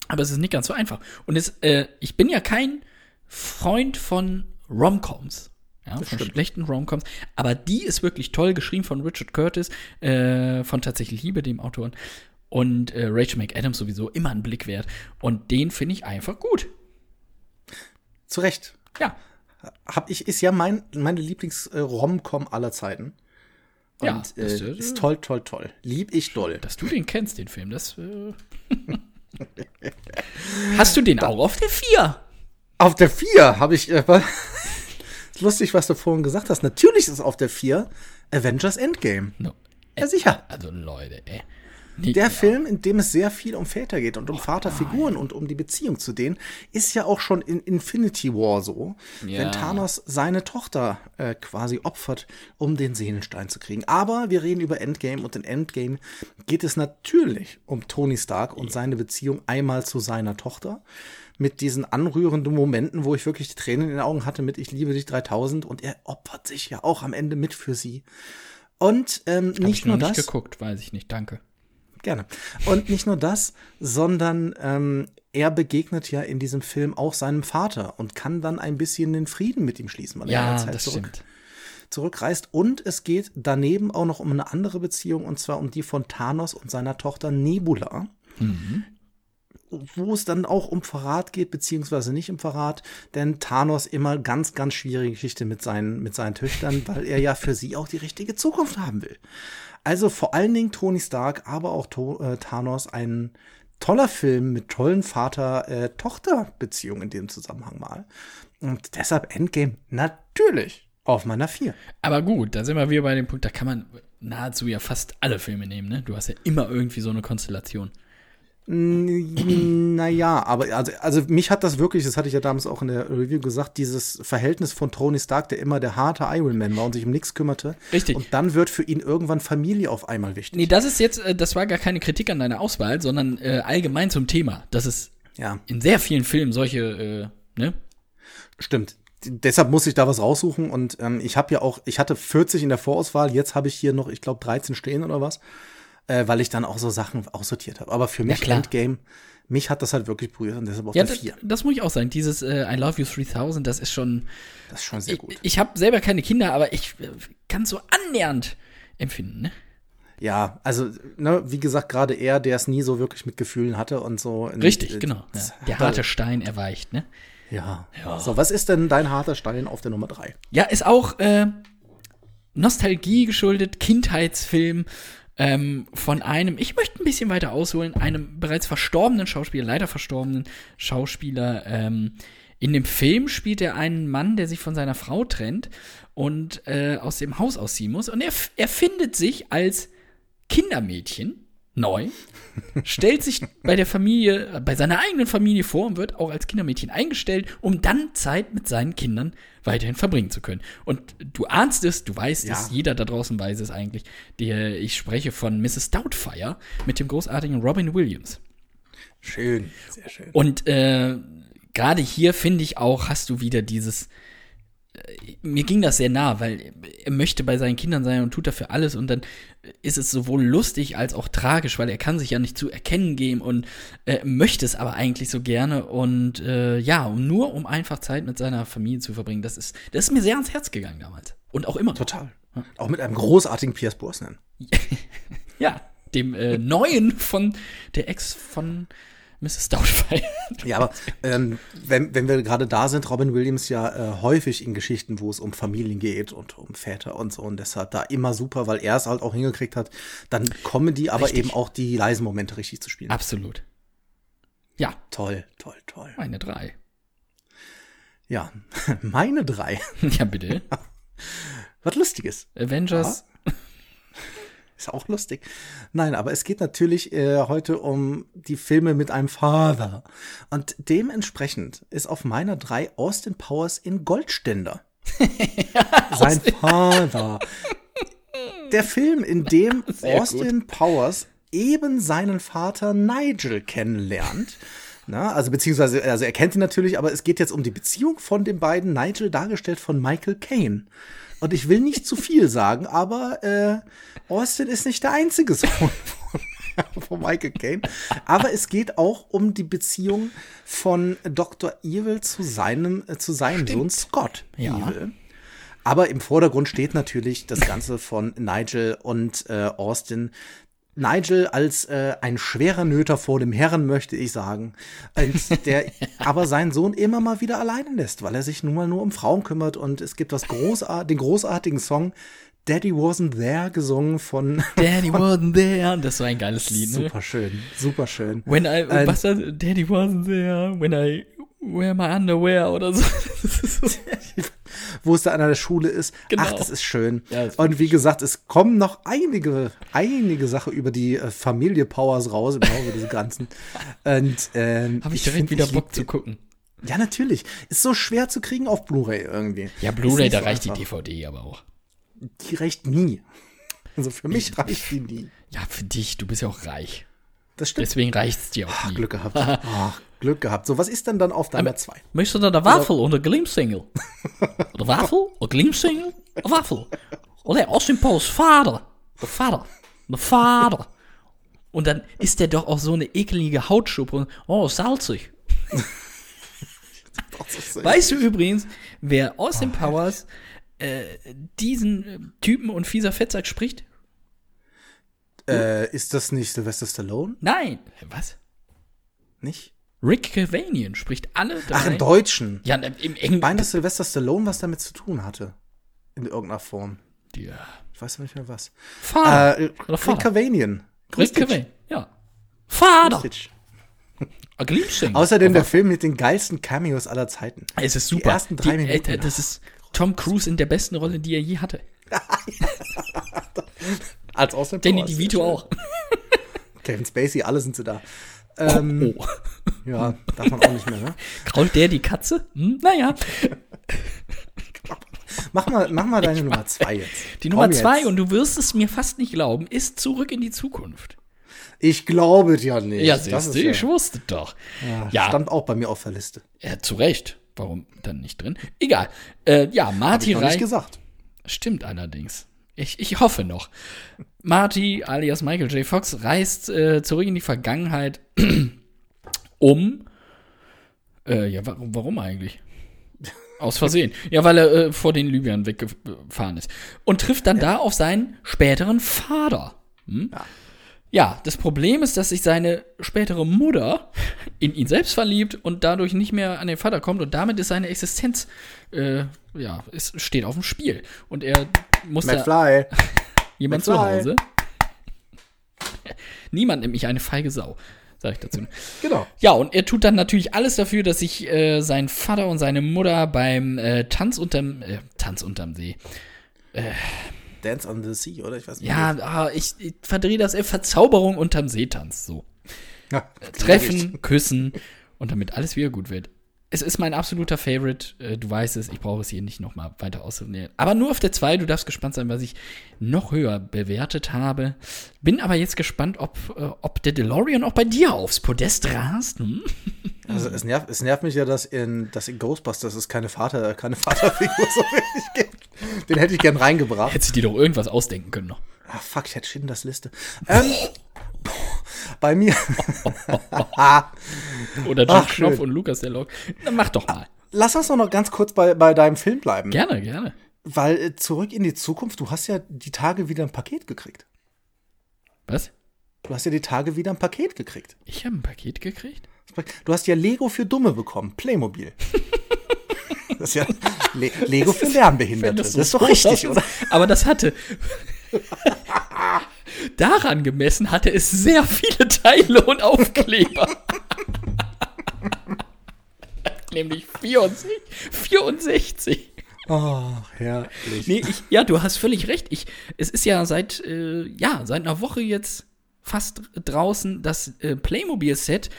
Speaker 2: Aber es ist nicht ganz so einfach. Und es, äh, ich bin ja kein Freund von Romcoms. Ja, von schlechten Romcoms. Aber die ist wirklich toll, geschrieben von Richard Curtis, äh, von Tatsächlich Liebe, dem Autoren. Und äh, Rachel McAdams sowieso immer einen Blick wert. Und den finde ich einfach gut.
Speaker 1: Zu Recht.
Speaker 2: Ja.
Speaker 1: Hab ich, ist ja mein, meine Lieblings-Rom-Com aller Zeiten. Und,
Speaker 2: Ja,
Speaker 1: ja, äh,
Speaker 2: das-
Speaker 1: ist toll, toll, toll. Lieb ich doll.
Speaker 2: Dass du den kennst, den Film, das. Äh Hast du den auch auf der 4?
Speaker 1: Auf der 4 habe ich. Äh, ist lustig, was du vorhin gesagt hast. Natürlich ist auf der 4 Avengers Endgame.
Speaker 2: No.
Speaker 1: Ja, sicher.
Speaker 2: Also Leute, ey. Nee,
Speaker 1: der
Speaker 2: ja.
Speaker 1: Film, in dem es sehr viel um Väter geht und um Vaterfiguren und um die Beziehung zu denen, ist ja auch schon in Infinity War so,
Speaker 2: Ja.
Speaker 1: wenn Thanos seine Tochter äh, quasi opfert, um den Seelenstein zu kriegen. Aber wir reden über Endgame und in Endgame geht es natürlich um Tony Stark und seine Beziehung einmal zu seiner Tochter. Mit diesen anrührenden Momenten, wo ich wirklich die Tränen in den Augen hatte mit Ich liebe dich 3000 und er opfert sich ja auch am Ende mit für sie. Und ähm,
Speaker 2: Hab
Speaker 1: nicht
Speaker 2: ich noch
Speaker 1: nur
Speaker 2: nicht
Speaker 1: das,
Speaker 2: geguckt, weiß ich nicht. Danke.
Speaker 1: Gerne. Und nicht nur das, sondern ähm, er begegnet ja in diesem Film auch seinem Vater und kann dann ein bisschen den Frieden mit ihm schließen, weil er in
Speaker 2: Ja,
Speaker 1: der Zeit
Speaker 2: das
Speaker 1: halt zurück,
Speaker 2: stimmt.
Speaker 1: zurückreist. Und es geht daneben auch noch um eine andere Beziehung, und zwar um die von Thanos und seiner Tochter Nebula. Wo es dann auch um Verrat geht, beziehungsweise nicht um Verrat, denn Thanos immer ganz, ganz schwierige Geschichte mit seinen, mit seinen Töchtern, weil er ja für sie auch die richtige Zukunft haben will. Also vor allen Dingen Tony Stark, aber auch to äh, Thanos, ein toller Film mit tollen Vater-Tochter-Beziehungen in dem Zusammenhang mal. Und deshalb Endgame natürlich auf meiner 4.
Speaker 2: Aber gut, da sind wir wieder bei dem Punkt, da kann man nahezu ja fast alle Filme nehmen, ne? Du hast ja immer irgendwie so eine Konstellation.
Speaker 1: Naja, aber also, also mich hat das wirklich, das hatte ich ja damals auch in der Review gesagt, dieses Verhältnis von Tony Stark, der immer der harte Iron Man war und sich um nichts kümmerte.
Speaker 2: Richtig.
Speaker 1: Und dann wird für ihn irgendwann Familie auf einmal wichtig.
Speaker 2: Nee, das ist jetzt, äh, das war gar keine Kritik an deiner Auswahl, sondern äh, allgemein zum Thema, dass es
Speaker 1: Ja,
Speaker 2: in sehr vielen Filmen solche, äh, ne?
Speaker 1: stimmt. D deshalb muss ich da was raussuchen und ähm, ich habe ja auch, ich hatte 40 in der Vorauswahl, jetzt habe ich hier noch, ich glaube, 13 stehen oder was, äh, weil ich dann auch so Sachen aussortiert habe. Aber für mich
Speaker 2: klar.
Speaker 1: Endgame, mich hat das halt wirklich berührt und deshalb auf
Speaker 2: Ja,
Speaker 1: der
Speaker 2: das,
Speaker 1: 4.
Speaker 2: das muss ich auch sagen. Dieses äh, I Love You 3000, das ist schon,
Speaker 1: Das ist schon sehr gut.
Speaker 2: ich, ich habe selber keine Kinder, aber ich äh, kann so annähernd empfinden, ne?
Speaker 1: Ja, also, ne, wie gesagt, gerade er, der es nie so wirklich mit Gefühlen hatte und so. in-
Speaker 2: Richtig,
Speaker 1: äh,
Speaker 2: genau. Ja.
Speaker 1: das
Speaker 2: Der
Speaker 1: hat er-
Speaker 2: harte Stein erweicht, ne?
Speaker 1: Ja. So, was ist denn dein harter Stein auf der Nummer 3?
Speaker 2: Ja, ist auch äh, Nostalgie geschuldet, Kindheitsfilm ähm, von einem, ich möchte ein bisschen weiter ausholen, einem bereits verstorbenen Schauspieler, leider verstorbenen Schauspieler. Ähm, in dem Film spielt er einen Mann, der sich von seiner Frau trennt und äh, aus dem Haus ausziehen muss. Und er, f- er findet sich als Kindermädchen neu, stellt sich bei der Familie, äh, bei seiner eigenen Familie vor und wird auch als Kindermädchen eingestellt, um dann Zeit mit seinen Kindern weiterhin verbringen zu können. Und du ahnst es, du weißt
Speaker 1: Ja.
Speaker 2: es, jeder da draußen weiß es eigentlich. Die, ich spreche von Mrs. Doubtfire mit dem großartigen Robin Williams.
Speaker 1: Schön, sehr schön.
Speaker 2: Und äh, gerade hier finde ich auch, hast du wieder dieses. äh, Mir ging das sehr nah, weil er möchte bei seinen Kindern sein und tut dafür alles und dann ist es sowohl lustig als auch tragisch, weil er kann sich ja nicht zu erkennen geben und äh, möchte es aber eigentlich so gerne und äh, ja, und nur um einfach Zeit mit seiner Familie zu verbringen. Das ist, das ist mir sehr ans Herz gegangen damals und auch immer. noch.
Speaker 1: Total. Auch mit einem großartigen Pierce Brosnan.
Speaker 2: Ja, dem äh, neuen von der Ex von Mrs. Doubtfire.
Speaker 1: Ja, aber ähm, wenn, wenn wir gerade da sind, Robin Williams ja äh, häufig in Geschichten, wo es um Familien geht und um Väter und so und deshalb da immer super, weil er es halt auch hingekriegt hat, dann kommen die aber
Speaker 2: Richtig.
Speaker 1: eben auch die leisen Momente richtig zu spielen.
Speaker 2: Absolut. Ja,
Speaker 1: Toll, toll, toll.
Speaker 2: meine drei.
Speaker 1: Ja, meine drei.
Speaker 2: Ja, bitte.
Speaker 1: Was Lustiges.
Speaker 2: Avengers.
Speaker 1: Ist auch lustig. Nein, aber es geht natürlich äh, heute um die Filme mit einem Father. Und dementsprechend ist auf meiner drei Austin Powers in Goldständer. Sein Vater. Der Film, in dem Austin Powers eben seinen Vater Nigel kennenlernt. Na, also beziehungsweise, also er kennt ihn natürlich, aber es geht jetzt um die Beziehung von den beiden, Nigel dargestellt von Michael Caine. Und ich will nicht zu viel sagen, aber äh, Austin ist nicht der einzige Sohn von, von Michael Caine. Aber es geht auch um die Beziehung von Dr. Evil zu seinem, äh, zu seinem Sohn Scott
Speaker 2: Ja.
Speaker 1: Evil. Aber im Vordergrund steht natürlich das Ganze von Nigel und äh, Austin. Nigel als äh, ein schwerer Nöter vor dem Herren, möchte ich sagen, und der aber seinen Sohn immer mal wieder alleine lässt, weil er sich nun mal nur um Frauen kümmert. Und es gibt das großar den großartigen Song Daddy Wasn't There gesungen von.
Speaker 2: Daddy wasn't there. Das war ein geiles Lied, ne?
Speaker 1: super schön, super schön.
Speaker 2: When I,
Speaker 1: Ein-
Speaker 2: was das? Daddy wasn't there. When I wear my underwear oder so. Das ist so-
Speaker 1: wo es da an der Schule ist.
Speaker 2: Genau.
Speaker 1: Ach, das ist schön.
Speaker 2: Ja, das
Speaker 1: und wie gesagt, es kommen noch einige, einige Sachen über die äh, Familie Powers raus im Laufe des Ganzen. Und ähm,
Speaker 2: Habe ich
Speaker 1: find,
Speaker 2: direkt wieder
Speaker 1: ich
Speaker 2: Bock
Speaker 1: lieb-
Speaker 2: zu gucken.
Speaker 1: Ja, natürlich. Ist so schwer zu kriegen auf Blu-ray irgendwie.
Speaker 2: Ja, Blu-ray,
Speaker 1: Ist
Speaker 2: da
Speaker 1: nicht so
Speaker 2: reicht die
Speaker 1: einfach.
Speaker 2: DVD aber auch.
Speaker 1: Die reicht nie. Also für mich reicht die nie.
Speaker 2: Ja, für dich, du bist ja auch reich.
Speaker 1: Das stimmt.
Speaker 2: Deswegen reicht's dir auch nie.
Speaker 1: Glück gehabt. Ach, Glück gehabt. So, was ist denn dann auf deiner 2?
Speaker 2: Möchtest du da eine Waffel oder Glimsingel? Oder Waffel? Oder Glimsingel? Eine Waffel? Oder Austin Powers Vater. Der Vater. Der Vater. Und dann ist der doch auch so eine ekelige Hautschuppe. und- Oh, salzig. Weißt du übrigens, wer Austin Powers äh, diesen äh, Typen und fieser Fettsack spricht?
Speaker 1: Äh, ist das nicht Sylvester Stallone?
Speaker 2: Nein. Was?
Speaker 1: Nicht?
Speaker 2: Rick Cavanian spricht alle drei.
Speaker 1: Ach, im Deutschen.
Speaker 2: Ja, ne, im Englischen.
Speaker 1: Meint, dass Sylvester Stallone was damit zu tun hatte. In irgendeiner Form.
Speaker 2: Ja.
Speaker 1: Ich weiß aber nicht mehr was.
Speaker 2: Vater.
Speaker 1: Äh,
Speaker 2: Ah. oder
Speaker 1: Rick
Speaker 2: Vater.
Speaker 1: Cavanian. Grüß
Speaker 2: Rick
Speaker 1: dich.
Speaker 2: Cavanian. Ja. Vater.
Speaker 1: Grüß dich.
Speaker 2: Ein Gliebsing.
Speaker 1: Außerdem der Film mit den geilsten Cameos aller Zeiten.
Speaker 2: es ist super.
Speaker 1: Die ersten drei
Speaker 2: Die-
Speaker 1: Minuten.
Speaker 2: äh, das ist Tom Cruise in der besten Rolle, die er je hatte.
Speaker 1: Als Austin
Speaker 2: Danny
Speaker 1: Powers.
Speaker 2: DeVito auch.
Speaker 1: Kevin Spacey, alle sind sie da. Ähm,
Speaker 2: Oh.
Speaker 1: Ja, darf man auch nicht mehr, ne?
Speaker 2: Krault der die Katze? Hm, naja.
Speaker 1: Mach mal, mach mal deine Nummer 2 jetzt.
Speaker 2: Die
Speaker 1: Komm
Speaker 2: Nummer zwei,
Speaker 1: jetzt.
Speaker 2: und du wirst es mir fast nicht glauben, ist zurück in die Zukunft.
Speaker 1: Ich glaube dir nicht.
Speaker 2: ja,
Speaker 1: Das
Speaker 2: siehst
Speaker 1: ist
Speaker 2: du,
Speaker 1: ja-
Speaker 2: ich wusste doch. Ja,
Speaker 1: Stand auch bei mir auf der Liste.
Speaker 2: ja, zu Recht. Warum dann nicht drin? Egal. Äh, ja, Marty
Speaker 1: Noch nicht
Speaker 2: Reich.
Speaker 1: gesagt.
Speaker 2: Stimmt allerdings. Ich, ich hoffe noch. Marty alias Michael J. Fox reist äh, zurück in die Vergangenheit, um. Äh, ja, warum, warum eigentlich? Aus Versehen. Ja, weil er äh, vor den Libyern weggefahren ist. Und trifft dann da auf seinen späteren Vater. Hm? Ja. das Problem ist, dass sich seine spätere Mutter in ihn selbst verliebt und dadurch nicht mehr an den Vater kommt und damit ist seine Existenz, äh, ja, es steht auf dem Spiel. Und er muss da
Speaker 1: McFly.
Speaker 2: Jemand zu
Speaker 1: McFly.
Speaker 2: Hause? Niemand nimmt mich eine feige Sau, sage ich dazu.
Speaker 1: Genau.
Speaker 2: Ja, und er tut dann natürlich alles dafür, dass sich äh, sein Vater und seine Mutter beim äh, Tanz unterm äh, Tanz unterm See.
Speaker 1: Dance on the Sea, oder? Ich weiß nicht.
Speaker 2: Ja, ah, ich, ich verdrehe das äh, Verzauberung unterm Seetanz so.
Speaker 1: Ja,
Speaker 2: Treffen, küssen und damit alles wieder gut wird. Es ist mein absoluter Favorite, äh, du weißt es, ich brauche es hier nicht noch mal weiter auszunähern. Aber nur auf der 2, du darfst gespannt sein, was ich noch höher bewertet habe. Bin aber jetzt gespannt, ob, äh, ob der DeLorean auch bei dir aufs Podest rast. Hm?
Speaker 1: Also es nervt, es nervt mich ja, dass in, dass in Ghostbusters es keine Vater, keine Vaterfigur so wirklich gibt. Den hätte ich gern reingebracht.
Speaker 2: Hättest du dir doch irgendwas ausdenken können noch.
Speaker 1: Ah, fuck, ich hätte Schindlers Liste. Ähm, boah, bei mir.
Speaker 2: Oder Jim
Speaker 1: Ach,
Speaker 2: Knopf
Speaker 1: schön.
Speaker 2: und Lukas der Log. Na, mach doch mal.
Speaker 1: Lass uns doch noch ganz kurz bei, bei deinem Film bleiben.
Speaker 2: Gerne, gerne.
Speaker 1: Weil äh, zurück in die Zukunft, du hast ja die Tage wieder ein Paket gekriegt.
Speaker 2: Was?
Speaker 1: Du hast ja die Tage wieder ein Paket gekriegt.
Speaker 2: Ich habe ein Paket gekriegt?
Speaker 1: Du hast ja Lego für Dumme bekommen, Playmobil. Das ist ja Le Lego für Lernbehinderte. Das, ist doch richtig, oder?
Speaker 2: Aber das hatte. Daran gemessen hatte es sehr viele Teile und Aufkleber. Nämlich 64. 64.
Speaker 1: Ach, herrlich.
Speaker 2: Nee, ich, ja, du hast völlig recht. Ich, es ist ja seit, äh, ja, seit einer Woche jetzt fast draußen das äh, Playmobil-Set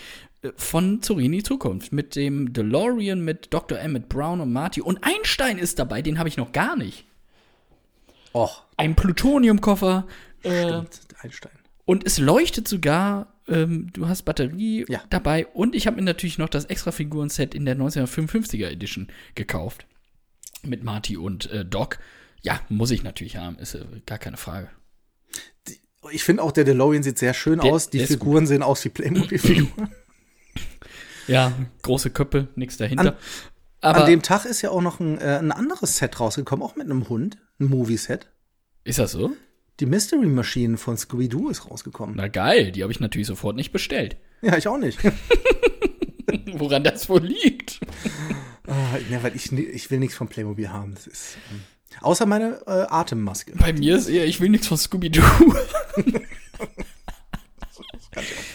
Speaker 2: äh, von Zurück in die Zukunft mit dem DeLorean, mit Dr. Emmett Brown und Marty. Und Einstein ist dabei, den habe ich noch gar nicht.
Speaker 1: Och,
Speaker 2: Ein Plutoniumkoffer äh,
Speaker 1: stimmt, Einstein.
Speaker 2: und es leuchtet sogar. Ähm, du hast Batterie
Speaker 1: Ja.
Speaker 2: dabei und ich habe mir natürlich noch das extra Figurenset in der 1955er Edition gekauft mit Marty und äh, Doc. Ja, muss ich natürlich haben, ist äh, gar keine Frage.
Speaker 1: Ich finde auch, der DeLorean sieht sehr schön
Speaker 2: Der-
Speaker 1: aus. Die
Speaker 2: der ist
Speaker 1: Figuren sehen aus wie Playmobil-Figuren.
Speaker 2: Ja, große Köppe, nichts dahinter. Aber
Speaker 1: An dem Tag ist ja auch noch ein, äh, ein anderes Set rausgekommen, auch mit einem Hund. Ein Movie-Set.
Speaker 2: ist das so?
Speaker 1: Die Mystery Machine von Scooby-Doo ist rausgekommen.
Speaker 2: Na geil, die habe ich natürlich sofort nicht bestellt.
Speaker 1: Ja, ich auch nicht.
Speaker 2: Woran das wohl liegt?
Speaker 1: Ah, ne, weil ich, ni- ich will nichts von Playmobil haben. Das ist, ähm, außer meine äh, Atemmaske.
Speaker 2: Bei mir ist eher, ich will nichts von Scooby-Doo.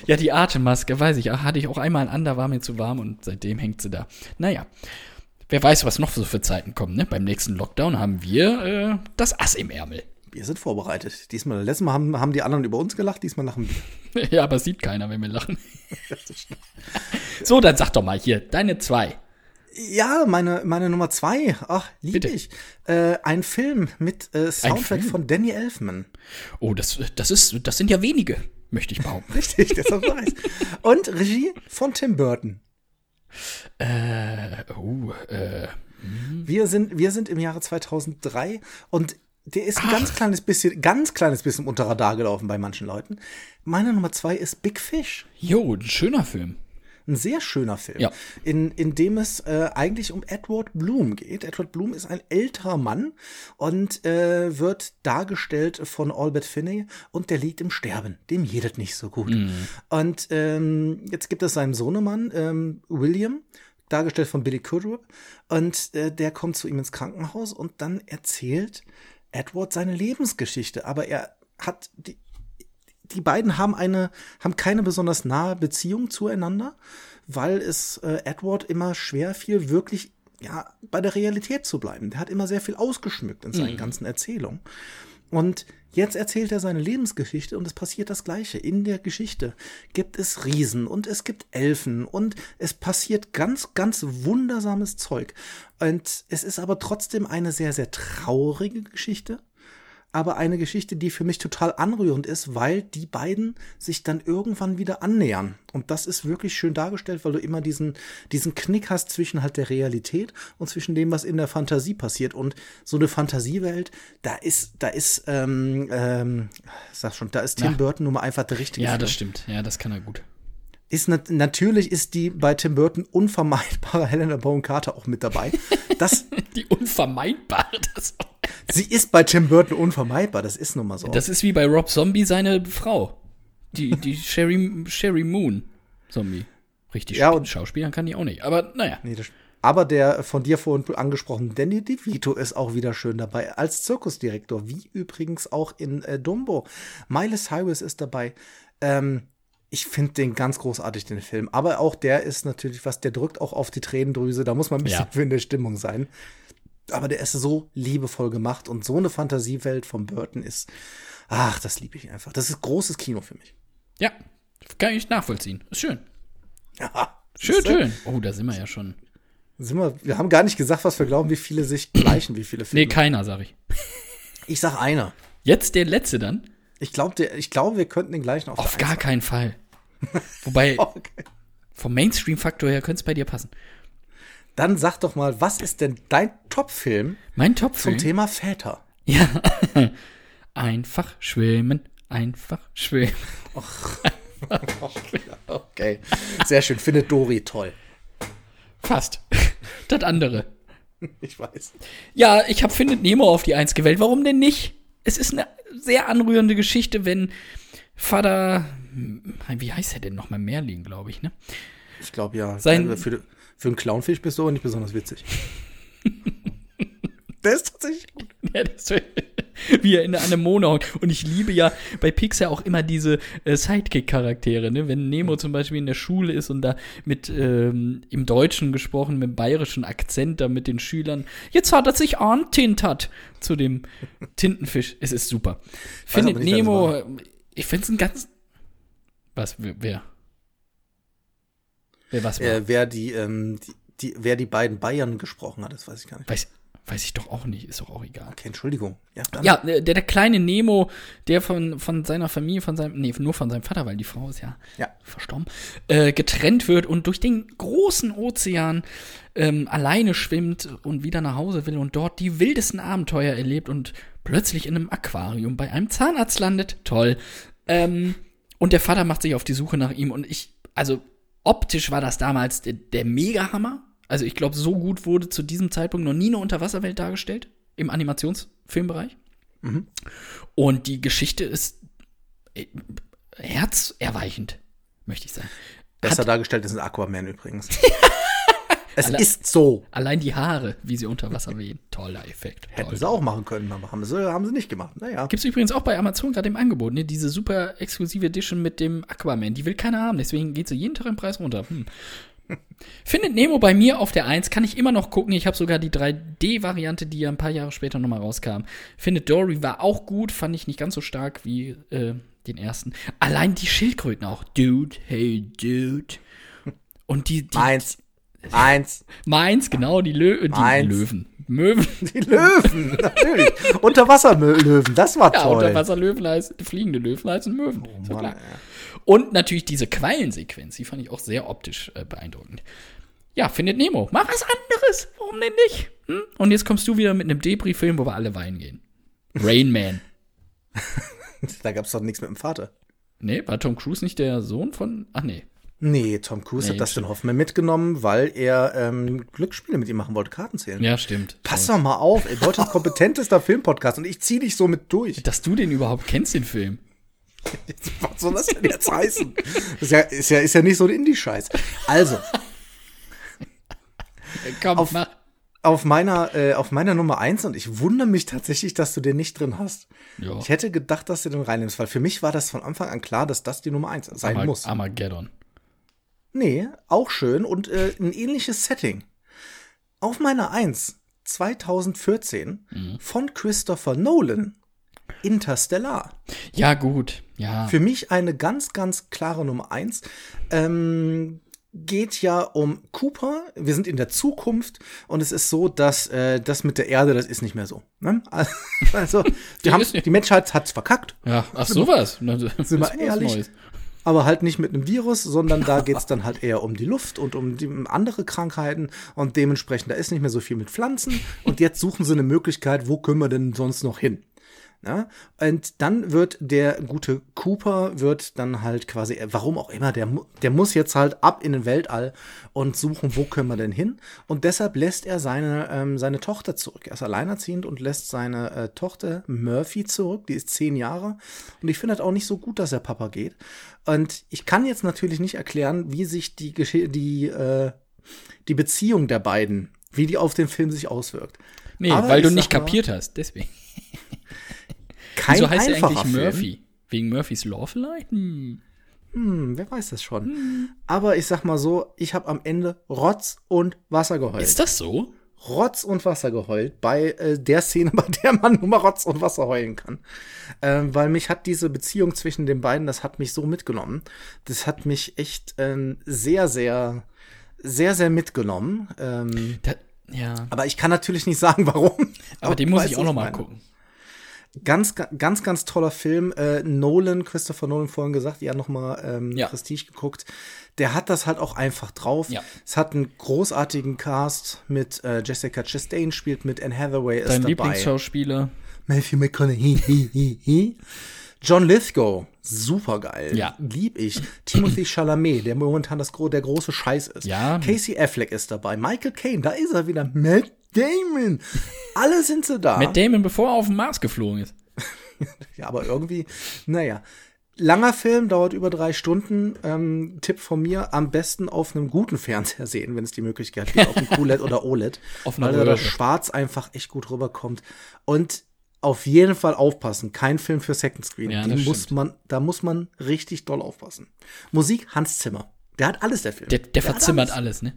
Speaker 2: ja, die Atemmaske, weiß ich. Hatte ich auch einmal an, da war mir zu warm und seitdem hängt sie da. Naja, Wer weiß, was noch so für Zeiten kommen. Ne? Beim nächsten Lockdown haben wir äh, das Ass im Ärmel.
Speaker 1: Wir sind vorbereitet. Diesmal, letztes Mal haben, haben die anderen über uns gelacht, diesmal lachen wir.
Speaker 2: ja, aber es sieht keiner, wenn wir lachen. so, dann sag doch mal hier, deine zwei.
Speaker 1: Ja, meine, meine Nummer zwei. Ach, lieb
Speaker 2: Bitte.
Speaker 1: ich. Äh, ein Film mit äh, Soundtrack
Speaker 2: Film?
Speaker 1: von Danny Elfman.
Speaker 2: Oh, das, das, ist, das sind ja wenige, möchte ich behaupten.
Speaker 1: Richtig, deshalb weiß. Und Regie von Tim Burton.
Speaker 2: oh, äh,
Speaker 1: Wir sind, wir sind im Jahre 2003 und der ist ein ganz kleines bisschen, ganz kleines bisschen unter Radar gelaufen bei manchen Leuten. Meine Nummer zwei ist Big Fish.
Speaker 2: jo, ein schöner Film.
Speaker 1: Ein sehr schöner Film,
Speaker 2: Ja.
Speaker 1: in, in dem es äh, eigentlich um Edward Bloom geht. Edward Bloom ist ein älterer Mann und äh, wird dargestellt von Albert Finney und der liegt im Sterben. Dem jedet nicht so gut. Und ähm, jetzt gibt es seinen Sohnemann, ähm, William, dargestellt von Billy Crudup. Und äh, der kommt zu ihm ins Krankenhaus und dann erzählt Edward seine Lebensgeschichte. Aber er hat die, die beiden haben eine, haben keine besonders nahe Beziehung zueinander, weil es äh, Edward immer schwer fiel, wirklich ja, bei der Realität zu bleiben. Der hat immer sehr viel ausgeschmückt in seinen ganzen Erzählungen. Und jetzt erzählt er seine Lebensgeschichte und es passiert das Gleiche. In der Geschichte gibt es Riesen und es gibt Elfen und es passiert ganz, ganz wundersames Zeug. Und es ist aber trotzdem eine sehr, sehr traurige Geschichte aber eine Geschichte, die für mich total anrührend ist, weil die beiden sich dann irgendwann wieder annähern. Und das ist wirklich schön dargestellt, weil du immer diesen, diesen Knick hast zwischen halt der Realität und zwischen dem, was in der Fantasie passiert. Und so eine Fantasiewelt, da ist, da ist, ähm, ähm, ich sag schon, da ist Tim
Speaker 2: Ja.
Speaker 1: Burton nun mal einfach der richtige
Speaker 2: Ja,
Speaker 1: für.
Speaker 2: das stimmt. Ja, das kann er gut.
Speaker 1: Ist nat natürlich ist die bei Tim Burton unvermeidbare Helena Bonham Carter auch mit dabei. Das,
Speaker 2: Die unvermeidbare. Das,
Speaker 1: sie ist bei Tim Burton unvermeidbar, das ist nun mal so.
Speaker 2: das ist wie bei Rob Zombie seine Frau. Die, die Sherry, Sherry Moon Zombie. Richtig,
Speaker 1: Ja,
Speaker 2: Sp-
Speaker 1: und-
Speaker 2: Schauspielern kann die auch nicht. Aber naja.
Speaker 1: Nee, das aber der von dir vorhin angesprochene Danny DeVito ist auch wieder schön dabei als Zirkusdirektor, wie übrigens auch in äh, Dumbo. Miley Cyrus ist dabei. Ähm, ich finde den ganz großartig, den Film. Aber auch der ist natürlich was, der drückt auch auf die Tränendrüse. Da muss man ein bisschen
Speaker 2: Ja.
Speaker 1: für in der Stimmung sein. Aber der ist so liebevoll gemacht und so eine Fantasiewelt von Burton ist. Ach, das liebe ich einfach. Das ist großes Kino für mich.
Speaker 2: Ja, kann ich nachvollziehen. Ist schön.
Speaker 1: Ja,
Speaker 2: Schön, schön. Oh, da sind wir ja schon.
Speaker 1: sind wir, wir haben gar nicht gesagt, was wir glauben, wie viele sich gleichen, wie viele
Speaker 2: Nee,
Speaker 1: Filme.
Speaker 2: keiner, sag ich.
Speaker 1: ich sag einer.
Speaker 2: Jetzt der letzte dann?
Speaker 1: Ich glaube, ich glaube, wir könnten den gleichen auf,
Speaker 2: Auf
Speaker 1: der
Speaker 2: gar keinen Fall. Wobei,
Speaker 1: Eins- Okay.
Speaker 2: vom Mainstream-Faktor her könnte es bei dir passen.
Speaker 1: Dann sag doch mal, was ist denn dein Top-Film
Speaker 2: Mein
Speaker 1: zum
Speaker 2: Top-Film.
Speaker 1: Thema Väter?
Speaker 2: Ja. einfach schwimmen, einfach schwimmen.
Speaker 1: Okay, sehr schön. Findet Dori toll.
Speaker 2: Fast. das andere.
Speaker 1: Ich weiß.
Speaker 2: Ja, ich habe Findet Nemo auf die Eins gewählt. Warum denn nicht? Es ist eine sehr anrührende Geschichte, wenn Vater, hm, wie heißt er denn nochmal? Merlin, glaube ich, ne?
Speaker 1: Ich glaube ja.
Speaker 2: Sein-
Speaker 1: Also für, für einen Clownfisch bist du aber nicht besonders witzig. Der ist tatsächlich gut.
Speaker 2: Ja, das wie er in eine Mona haut. Und ich liebe ja bei Pixar auch immer diese äh, Sidekick-Charaktere, ne? Wenn Nemo zum Beispiel in der Schule ist und da mit ähm, im Deutschen gesprochen, mit dem bayerischen Akzent, da mit den Schülern, jetzt hat er sich antintert zu dem Tintenfisch. Es ist super. Findet
Speaker 1: aber nicht, wer das
Speaker 2: Nemo, äh, ich finde es ein ganz. Was, wer- wer? Wer was war?
Speaker 1: Äh, wer, die, ähm, die, die, wer die beiden Bayern gesprochen hat, das weiß ich gar nicht.
Speaker 2: Weiß, weiß ich doch auch nicht, ist doch auch egal.
Speaker 1: Okay, Entschuldigung. Ja, dann
Speaker 2: Ja, äh, der, der kleine Nemo, der von, von seiner Familie, von seinem, nee, nur von seinem Vater, weil die Frau ist ja,
Speaker 1: Ja.
Speaker 2: verstorben, äh, getrennt wird und durch den großen Ozean ähm, alleine schwimmt und wieder nach Hause will und dort die wildesten Abenteuer erlebt und plötzlich in einem Aquarium bei einem Zahnarzt landet. Toll. Ähm, und der Vater macht sich auf die Suche nach ihm und ich, also optisch war das damals der, der Megahammer. Also ich glaube, so gut wurde zu diesem Zeitpunkt noch nie eine Unterwasserwelt dargestellt im Animationsfilmbereich. Und die Geschichte ist äh, herzerweichend, möchte ich sagen.
Speaker 1: besser dargestellt ist ein Aquaman übrigens. es ist so.
Speaker 2: Allein die Haare, wie sie unter Wasser wehen. Toller Effekt.
Speaker 1: Hätten
Speaker 2: Toll.
Speaker 1: sie auch machen können, aber haben sie, haben sie nicht gemacht. Naja.
Speaker 2: Gibt's übrigens auch bei Amazon gerade im Angebot, ne? Diese super exklusive Edition mit dem Aquaman. Die will keiner haben, deswegen geht sie jeden Tag im Preis runter. Hm. Findet Nemo bei mir auf der 1, kann ich immer noch gucken. Ich habe sogar die 3D-Variante, die ja ein paar Jahre später nochmal rauskam. Findet Dory war auch gut, fand ich nicht ganz so stark wie äh, den ersten. Allein die Schildkröten auch. Dude, hey, dude. Und die, die
Speaker 1: Eins. Eins.
Speaker 2: Meins, genau, die, Lö die
Speaker 1: Meins.
Speaker 2: Löwen. Möwen.
Speaker 1: Die Löwen, natürlich. Unterwasserlöwen, das war
Speaker 2: Ja,
Speaker 1: toll. Oh
Speaker 2: Unterwasserlöwen heißt, fliegende Löwen heißen Möwen. Ist doch
Speaker 1: Mann,
Speaker 2: klar.
Speaker 1: ey.
Speaker 2: Und natürlich diese Quallensequenz, die fand ich auch sehr optisch äh, beeindruckend. Ja, findet Nemo. Mach was anderes. Warum denn nicht? Hm? Und jetzt kommst du wieder mit einem Debris-Film, wo wir alle weinen gehen. Rain Man.
Speaker 1: Da gab es doch nichts mit dem Vater.
Speaker 2: Nee, war Tom Cruise nicht der Sohn von. Ach nee.
Speaker 1: Nee, Tom Cruise
Speaker 2: Nee,
Speaker 1: hat Dustin Hoffman mitgenommen, weil er ähm, Glücksspiele mit ihm machen wollte, Karten zählen.
Speaker 2: Ja, stimmt.
Speaker 1: Pass doch mal auf, ey, Deutschlands kompetentester Filmpodcast und ich zieh dich so mit durch.
Speaker 2: Dass du den überhaupt kennst, den Film.
Speaker 1: Was soll das denn jetzt heißen? Ist ja, ist ja, ist ja nicht so ein Indie-Scheiß. Also,
Speaker 2: Äh, Komm,
Speaker 1: Auf-
Speaker 2: mach.
Speaker 1: auf meiner, äh, auf meiner Nummer eins und ich wundere mich tatsächlich, dass du den nicht drin hast.
Speaker 2: Ja.
Speaker 1: Ich hätte gedacht, dass du den reinnimmst, weil für mich war das von Anfang an klar, dass das die Nummer eins sein
Speaker 2: Amag-
Speaker 1: muss.
Speaker 2: Armageddon.
Speaker 1: Nee, auch schön und äh, ein ähnliches Setting. Auf meiner 1 2014 von Christopher Nolan Interstellar.
Speaker 2: Ja, gut. Ja.
Speaker 1: Für mich eine ganz, ganz klare Nummer 1. Ähm, geht ja um Cooper. Wir sind in der Zukunft und es ist so, dass äh, das mit der Erde, das ist nicht mehr so. Ne? Also, die, haben,
Speaker 2: ist nicht-
Speaker 1: die Menschheit hat's verkackt.
Speaker 2: ja, ach, sowas. Na,
Speaker 1: Sind
Speaker 2: das
Speaker 1: wir
Speaker 2: ist was
Speaker 1: ehrlich?
Speaker 2: Neues.
Speaker 1: Aber halt nicht mit einem Virus, sondern da geht's dann halt eher um die Luft und um die, um andere Krankheiten und dementsprechend, da ist nicht mehr so viel mit Pflanzen und jetzt suchen sie eine Möglichkeit, wo können wir denn sonst noch hin? Ja? Und dann wird der gute Cooper, wird dann halt quasi, warum auch immer, der, mu- der muss jetzt halt ab in den Weltall und suchen, wo können wir denn hin? Und deshalb lässt er seine, ähm, seine Tochter zurück. Er ist alleinerziehend und lässt seine äh, Tochter Murphy zurück. Die ist zehn Jahre. Und ich finde das auch nicht so gut, dass der Papa geht. Und ich kann jetzt natürlich nicht erklären, wie sich die, Gesche- die, äh, die Beziehung der beiden, wie die auf den Film sich auswirkt.
Speaker 2: Nee,
Speaker 1: Aber
Speaker 2: weil du
Speaker 1: ich
Speaker 2: nicht
Speaker 1: sag mal,
Speaker 2: kapiert hast, deswegen.
Speaker 1: Kein
Speaker 2: Wieso heißt er
Speaker 1: einfacher
Speaker 2: eigentlich
Speaker 1: Film.
Speaker 2: Murphy? Wegen Murphys Law vielleicht? Hm.
Speaker 1: Hm, wer weiß das schon. Aber ich sag mal so, ich habe am Ende Rotz und Wasser geheult.
Speaker 2: Ist das so?
Speaker 1: Rotz und Wasser geheult bei äh, der Szene, bei der man nur mal Rotz und Wasser heulen kann. Ähm, weil mich hat diese Beziehung zwischen den beiden, das hat mich so mitgenommen. Das hat mich echt ähm, sehr, sehr, sehr, sehr mitgenommen. Ähm,
Speaker 2: Da, ja. Aber,
Speaker 1: aber ich kann natürlich nicht sagen, warum.
Speaker 2: den muss
Speaker 1: weißt
Speaker 2: ich
Speaker 1: du,
Speaker 2: auch
Speaker 1: was
Speaker 2: noch mal
Speaker 1: meine?
Speaker 2: gucken.
Speaker 1: Ganz, ga- ganz, ganz toller Film. Äh, Nolan, Christopher Nolan vorhin gesagt, ihr habt noch mal ähm,
Speaker 2: Ja.
Speaker 1: Prestige geguckt. Der hat das halt auch einfach drauf.
Speaker 2: Ja.
Speaker 1: Es hat einen großartigen Cast mit äh, Jessica Chastain spielt mit, Anne Hathaway ist
Speaker 2: Dein
Speaker 1: dabei.
Speaker 2: Lieblingsschauspieler.
Speaker 1: Matthew McConaughey. hi, hi, hi. John Lithgow, super geil.
Speaker 2: Ja.
Speaker 1: Lieb ich. Timothy Chalamet, der momentan das, gro der große Scheiß ist.
Speaker 2: Ja.
Speaker 1: Casey Affleck ist dabei. Michael Caine, da ist er wieder. Matt Damon. Alle sind sie da.
Speaker 2: Matt Damon, bevor er auf den Mars geflogen ist.
Speaker 1: Ja, aber irgendwie, naja. Langer Film, dauert über drei Stunden. Ähm, Tipp von mir, am besten auf einem guten Fernseher sehen, wenn es die Möglichkeit gibt, auf einem QLED oder OLED.
Speaker 2: Auf einer
Speaker 1: weil da das
Speaker 2: Röhre.
Speaker 1: Schwarz einfach echt gut rüberkommt. Und auf jeden Fall aufpassen, kein Film für Second Screen.
Speaker 2: Ja,
Speaker 1: die
Speaker 2: das
Speaker 1: muss
Speaker 2: stimmt.
Speaker 1: man, da muss man richtig doll aufpassen. Musik, Hans Zimmer. Der hat alles, der Film.
Speaker 2: Der, der
Speaker 1: hat
Speaker 2: verzimmert alles, ne?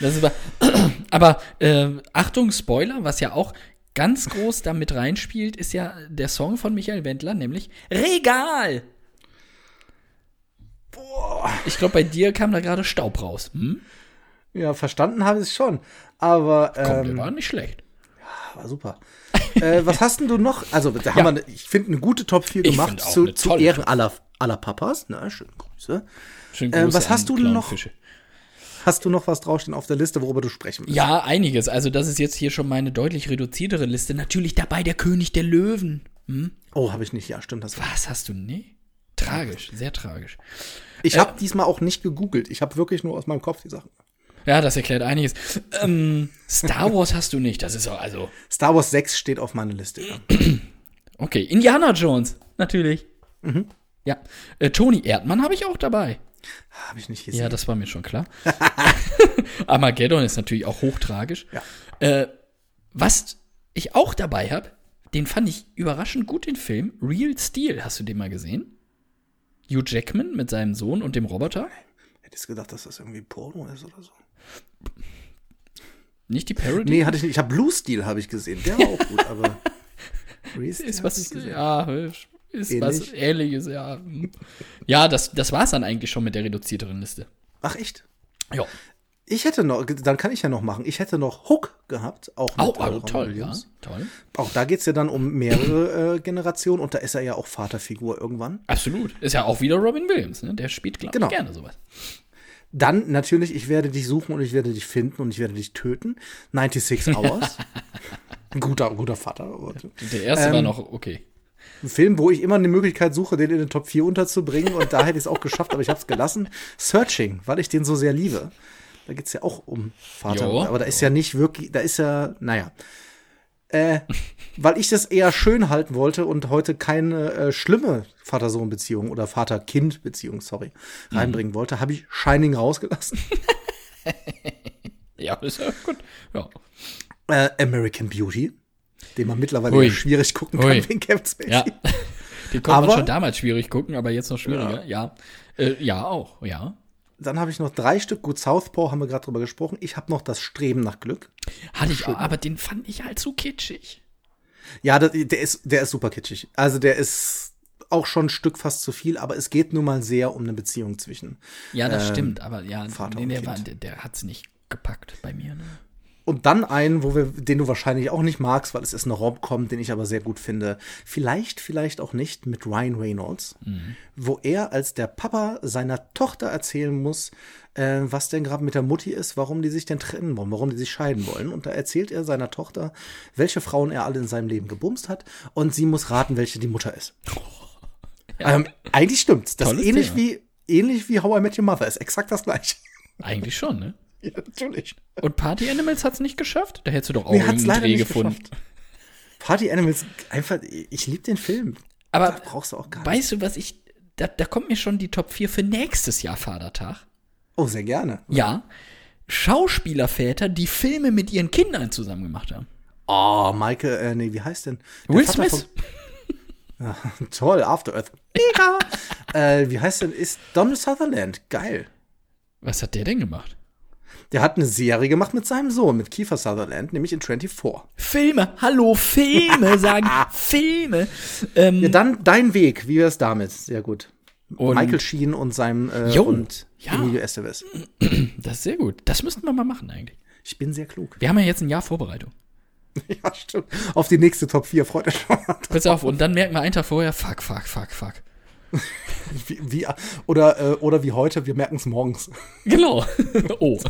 Speaker 2: Das ist aber, aber äh, Achtung, Spoiler, was ja auch ganz groß damit reinspielt, ist ja der Song von Michael Wendler, nämlich Regal. Ich glaube, bei dir kam da gerade Staub raus. Hm?
Speaker 1: Ja, verstanden habe ich es schon. Aber
Speaker 2: Komm,
Speaker 1: ähm,
Speaker 2: der war nicht schlecht.
Speaker 1: War super. äh, was hast denn du noch? Also, da haben
Speaker 2: Ja.
Speaker 1: wir, ich finde, eine gute Top 4
Speaker 2: Ich
Speaker 1: gemacht
Speaker 2: find auch
Speaker 1: zu,
Speaker 2: eine
Speaker 1: zu
Speaker 2: tolle
Speaker 1: Ehren aller, aller Papas. Na, schöne Grüße.
Speaker 2: Schönen
Speaker 1: Äh,
Speaker 2: Gruß
Speaker 1: was
Speaker 2: an
Speaker 1: hast du denn
Speaker 2: Clown
Speaker 1: noch?
Speaker 2: Fische.
Speaker 1: Hast du noch was draufstehen auf der Liste, worüber du sprechen willst?
Speaker 2: Ja, einiges. Also, das ist jetzt hier schon meine deutlich reduziertere Liste. Natürlich dabei der König der Löwen. Hm?
Speaker 1: Oh, habe ich nicht. Ja, stimmt. Das war.
Speaker 2: Was hast du? Nee? Tragisch, sehr tragisch. Äh.
Speaker 1: Ich habe diesmal auch nicht gegoogelt. Ich habe wirklich nur aus meinem Kopf die Sachen.
Speaker 2: Ja, das erklärt einiges. Ähm, Star Wars hast du nicht. Das ist auch, also.
Speaker 1: Star Wars 6 steht auf meiner Liste. Ja.
Speaker 2: Okay, Indiana Jones, natürlich. Ja. Äh, Toni Erdmann habe ich auch dabei.
Speaker 1: Habe ich nicht
Speaker 2: Ja,
Speaker 1: gesehen.
Speaker 2: das war mir schon klar. Armageddon ist natürlich auch hochtragisch.
Speaker 1: Ja.
Speaker 2: Äh, was ich auch dabei habe, den fand ich überraschend gut, den Film. Real Steel, hast du den mal gesehen? Hugh Jackman mit seinem Sohn und dem Roboter?
Speaker 1: Hättest gedacht, dass das irgendwie Porno ist oder so?
Speaker 2: Nicht die Parody?
Speaker 1: Nee, hatte ich nicht. Ich habe Blue Steel habe ich gesehen. Der war auch gut, aber Restyle
Speaker 2: ist
Speaker 1: hab
Speaker 2: was,
Speaker 1: ich gesehen. Eh
Speaker 2: ja, ist was
Speaker 1: Ähnlich.
Speaker 2: ähnliches, ja. Ja, das, das war's dann eigentlich schon mit der reduzierteren Liste.
Speaker 1: Ach echt?
Speaker 2: Ja.
Speaker 1: Ich hätte noch, dann kann ich ja noch machen. Ich hätte noch Hook gehabt, auch mit
Speaker 2: Oh,
Speaker 1: äh,
Speaker 2: also
Speaker 1: Robin
Speaker 2: toll, ja.
Speaker 1: Williams.
Speaker 2: Toll.
Speaker 1: Auch da geht es ja dann um mehrere äh, Generationen und da ist er ja auch Vaterfigur irgendwann.
Speaker 2: Absolut. Ist ja auch wieder Robin Williams, ne? Der spielt, glaube
Speaker 1: Genau.
Speaker 2: ich, gerne sowas.
Speaker 1: Dann natürlich, ich werde dich suchen und ich werde dich finden und ich werde dich töten. 96 Hours. Ein guter, guter Vater. aber-
Speaker 2: Der erste
Speaker 1: Ähm,
Speaker 2: war noch okay.
Speaker 1: Ein Film, wo ich immer eine Möglichkeit suche, den in den Top 4 unterzubringen und da hätte ich es auch geschafft, aber ich habe es gelassen. Searching, weil ich den so sehr liebe. Da geht es ja auch um Vater.
Speaker 2: Jo.
Speaker 1: aber da ist ja nicht wirklich, da ist ja, naja. Äh, weil ich das eher schön halten wollte und heute keine äh, schlimme Vater-Sohn-Beziehung oder Vater-Kind-Beziehung, sorry,
Speaker 2: Mhm.
Speaker 1: reinbringen wollte, habe ich Shining rausgelassen.
Speaker 2: Ja, ist ja gut. Ja.
Speaker 1: Äh, American Beauty, den man mittlerweile
Speaker 2: Hui.
Speaker 1: ja schwierig gucken
Speaker 2: Hui.
Speaker 1: kann wegen Kevin Spacey.
Speaker 2: ja. Den konnte man
Speaker 1: Aber-
Speaker 2: schon damals schwierig gucken, aber jetzt noch schwieriger. Ja. Ja, äh, ja auch, ja.
Speaker 1: Dann habe ich noch drei Stück. Gut, Southpaw haben wir gerade drüber gesprochen. Ich habe noch das Streben nach Glück.
Speaker 2: Hatte ich auch, aber den fand ich halt zu kitschig.
Speaker 1: Ja, das, der, ist, der ist super kitschig. Also der ist auch schon ein Stück fast zu viel, aber es geht nun mal sehr um eine Beziehung zwischen.
Speaker 2: Ja, das
Speaker 1: Ähm,
Speaker 2: stimmt, aber ja,
Speaker 1: Vater
Speaker 2: nee,
Speaker 1: und
Speaker 2: der,
Speaker 1: Kind.
Speaker 2: war, der, der hat's nicht gepackt bei mir. Ne?
Speaker 1: Und dann einen, wo wir, den du wahrscheinlich auch nicht magst, weil es ist eine Rom-Com, den ich aber sehr gut finde. Vielleicht, vielleicht auch nicht mit Ryan Reynolds,
Speaker 2: Mhm.
Speaker 1: wo er als der Papa seiner Tochter erzählen muss, äh, was denn gerade mit der Mutti ist, warum die sich denn trennen wollen, warum die sich scheiden wollen. Und da erzählt er seiner Tochter, welche Frauen er alle in seinem Leben gebumst hat und sie muss raten, welche die Mutter ist. Ähm, eigentlich stimmt's. Das ist
Speaker 2: Tolles
Speaker 1: ähnlich
Speaker 2: Thema.
Speaker 1: wie, ähnlich wie How I Met Your Mother ist exakt das gleiche.
Speaker 2: Eigentlich schon, ne?
Speaker 1: ja, natürlich.
Speaker 2: Und Party Animals hat's nicht geschafft? Da hättest du doch auch
Speaker 1: Nee, hat's
Speaker 2: irgendeinen
Speaker 1: leider
Speaker 2: Dreh
Speaker 1: nicht
Speaker 2: gefunden.
Speaker 1: geschafft. Party Animals, einfach, ich liebe den Film.
Speaker 2: Aber
Speaker 1: Da brauchst du auch gar nicht.
Speaker 2: weißt du, was ich. Da, da kommt mir schon die Top 4 für nächstes Jahr Vatertag.
Speaker 1: Oh, sehr gerne.
Speaker 2: Ja. Schauspielerväter, die Filme mit ihren Kindern zusammen gemacht haben.
Speaker 1: Oh, Michael, äh, nee, wie heißt denn? Der
Speaker 2: Will
Speaker 1: Vater
Speaker 2: Smith?
Speaker 1: Von, toll, After Earth. Mega. äh, wie heißt denn? Ist Donald Sutherland. Geil.
Speaker 2: Was hat der denn gemacht?
Speaker 1: Der hat eine Serie gemacht mit seinem Sohn, mit Kiefer Sutherland, nämlich in 24.
Speaker 2: Filme, hallo, Filme, sagen Filme. Ähm,
Speaker 1: Ja, dann dein Weg, wie wär's damit? Sehr gut.
Speaker 2: Und-
Speaker 1: Michael Sheen und seinem äh,
Speaker 2: Jo,
Speaker 1: und
Speaker 2: ja.
Speaker 1: Emilio Estevez.
Speaker 2: Das ist sehr gut. Das müssten wir mal machen eigentlich.
Speaker 1: Ich bin sehr klug.
Speaker 2: Wir haben ja jetzt ein Jahr Vorbereitung.
Speaker 1: Ja, stimmt. Auf die nächste Top 4 freut euch schon.
Speaker 2: Pass auf, und dann merken wir einen Tag vorher, fuck, fuck, fuck, fuck.
Speaker 1: Wie, wie, oder, äh, oder wie heute, wir merken es morgens.
Speaker 2: Genau. oh.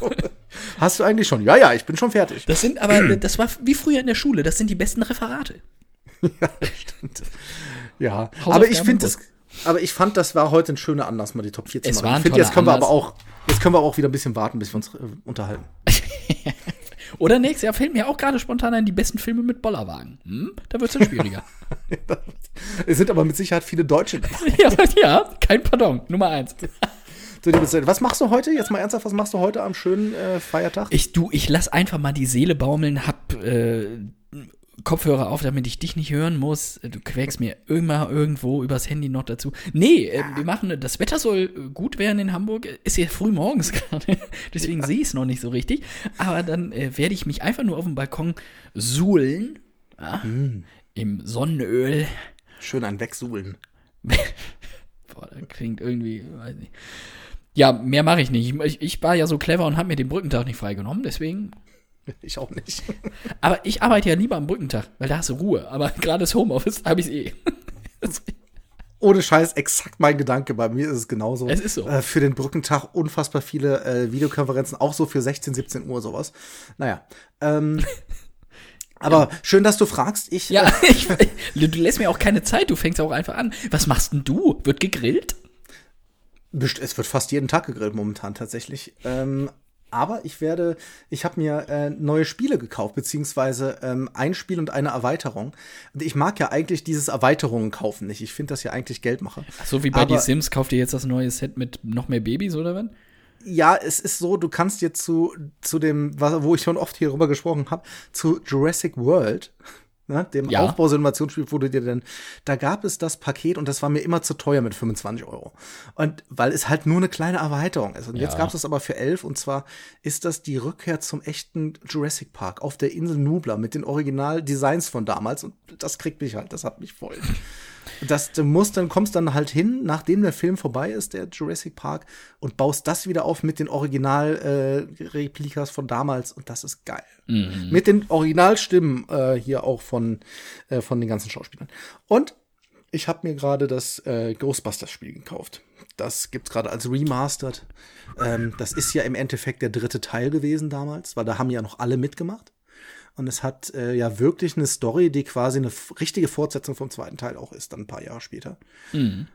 Speaker 1: Hast du eigentlich schon? Ja, ja, ich bin schon fertig.
Speaker 2: Das sind aber, das war wie früher in der Schule, das sind die besten Referate.
Speaker 1: Ja,
Speaker 2: Hausaufgaben
Speaker 1: aber ich finde das,
Speaker 2: gut.
Speaker 1: aber ich fand, das war heute ein schöner Anlass, mal die Top 4 zu
Speaker 2: Es
Speaker 1: machen.
Speaker 2: war ein
Speaker 1: ich finde,
Speaker 2: toller
Speaker 1: jetzt können wir aber
Speaker 2: Anlass.
Speaker 1: auch, jetzt können wir aber auch wieder ein bisschen warten, bis wir uns äh, unterhalten.
Speaker 2: Oder nächstes Jahr fällt mir auch gerade spontan ein, die besten Filme mit Bollerwagen. Hm? Da wird's dann schwieriger.
Speaker 1: Es sind aber mit Sicherheit viele Deutsche.
Speaker 2: ja, ja, kein Pardon. Nummer eins.
Speaker 1: So, liebe Leute, was machst du heute? Jetzt mal ernsthaft, was machst du heute am schönen äh, Feiertag?
Speaker 2: Ich, du, ich lass einfach mal die Seele baumeln, hab äh, Kopfhörer auf, damit ich dich nicht hören muss. Du quäkst mir immer irgendwo übers Handy noch dazu. Nee, äh, wir machen, das Wetter soll äh, gut werden in Hamburg. Ist ja früh morgens gerade, deswegen sehe ich es noch nicht so richtig. Aber dann äh, werde ich mich einfach nur auf dem Balkon suhlen. Ja, Im Sonnenöl.
Speaker 1: Schön ein Wegsuhlen.
Speaker 2: Boah, das klingt irgendwie, weiß nicht. Ja, mehr mache ich nicht. Ich, ich war ja so clever und habe mir den Brückentag nicht freigenommen, deswegen
Speaker 1: Ich auch nicht.
Speaker 2: Aber ich arbeite ja lieber am Brückentag, weil da hast du Ruhe. Aber gerade das Homeoffice habe ich eh.
Speaker 1: Ohne Scheiß, exakt mein Gedanke. Bei mir ist es genauso.
Speaker 2: Es ist so.
Speaker 1: Äh, für den Brückentag unfassbar viele äh, Videokonferenzen, auch so für 16, 17 Uhr sowas. Naja. Ähm, aber schön, dass du fragst. Ich,
Speaker 2: Ja, ich, du lässt mir auch keine Zeit, du fängst auch einfach an. Was machst denn du? Wird gegrillt?
Speaker 1: Best- Es wird fast jeden Tag gegrillt momentan tatsächlich. Ähm, aber ich werde, ich habe mir äh, neue Spiele gekauft, beziehungsweise ähm, ein Spiel und eine Erweiterung. Und Ich mag ja eigentlich dieses Erweiterungen kaufen nicht. Ich finde das ja eigentlich Geldmache.
Speaker 2: So wie bei
Speaker 1: Aber-
Speaker 2: die Sims, kauft ihr jetzt das neue Set mit noch mehr Babys oder was?
Speaker 1: Ja, es ist so, du kannst jetzt zu, zu dem, was- wo ich schon oft hier drüber gesprochen habe, zu Jurassic World ne, dem
Speaker 2: Ja.
Speaker 1: Aufbausimulationsspiel, wo du dir dann, da gab es das Paket und das war mir immer zu teuer mit 25 Euro. Und weil es halt nur eine kleine Erweiterung ist. Und jetzt
Speaker 2: Ja.
Speaker 1: gab es das aber für 11 und zwar ist das die Rückkehr zum echten Jurassic Park auf der Insel Nubla mit den Original-Designs von damals und das kriegt mich halt, das hat mich voll. Das, du musst, dann kommst dann halt hin, nachdem der Film vorbei ist, der Jurassic Park, und baust das wieder auf mit den Original-Replikas von damals und das ist geil. Mit den Originalstimmen äh, hier auch von, äh, von den ganzen Schauspielern. Und ich habe mir gerade das äh, Ghostbusters-Spiel gekauft. Das gibt's gerade als Remastered. Ähm, das ist ja im Endeffekt der dritte Teil gewesen damals, weil da haben ja noch alle mitgemacht. Und es hat äh, ja wirklich eine Story, die quasi eine f- richtige Fortsetzung vom zweiten Teil auch ist, dann ein paar Jahre später.
Speaker 2: Mhm.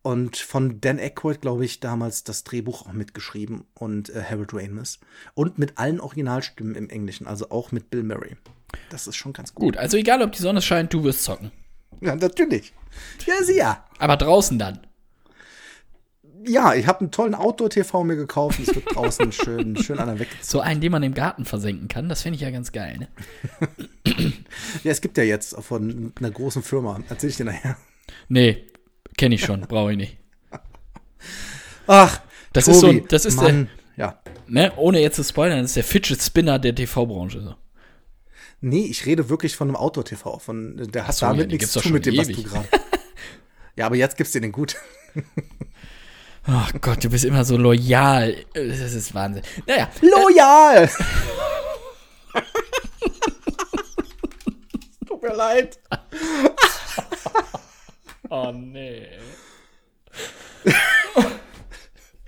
Speaker 1: Und von Dan Aykroyd, glaube ich, damals das Drehbuch auch mitgeschrieben und äh, Harold Ramis. Und mit allen Originalstimmen im Englischen, also auch mit Bill Murray. Das ist schon ganz gut.
Speaker 2: Gut, also egal, ob die Sonne scheint, du wirst zocken.
Speaker 1: Ja, natürlich. Ja, sie ja.
Speaker 2: Aber draußen dann.
Speaker 1: Ja, ich habe einen tollen Outdoor-TV mir gekauft. und Es wird draußen schön, schön an der Weg.
Speaker 2: So einen, den man im Garten versenken kann, das finde ich ja ganz geil. Ne?
Speaker 1: Ja, es gibt ja jetzt von einer großen Firma. Erzähl ich dir nachher.
Speaker 2: Nee, kenne ich schon, brauche ich nicht.
Speaker 1: Ach,
Speaker 2: Das ist so- das ist der-
Speaker 1: Mann. Ja.
Speaker 2: Ne? Ohne jetzt zu spoilern, das ist der Fidget Spinner der TV-Branche. So.
Speaker 1: Nee, ich rede wirklich von einem Outdoor-TV. Von, der hat
Speaker 2: so, ja,
Speaker 1: damit
Speaker 2: den
Speaker 1: nichts
Speaker 2: gibt's
Speaker 1: zu
Speaker 2: doch
Speaker 1: tun mit
Speaker 2: schon
Speaker 1: dem, was du
Speaker 2: ewig.
Speaker 1: gerade. ja, aber jetzt gibt's dir den gut.
Speaker 2: Ach Gott, du bist immer so loyal. Äh, Das ist Wahnsinn. Naja,
Speaker 1: Loyal! Tut mir leid.
Speaker 2: Oh nee.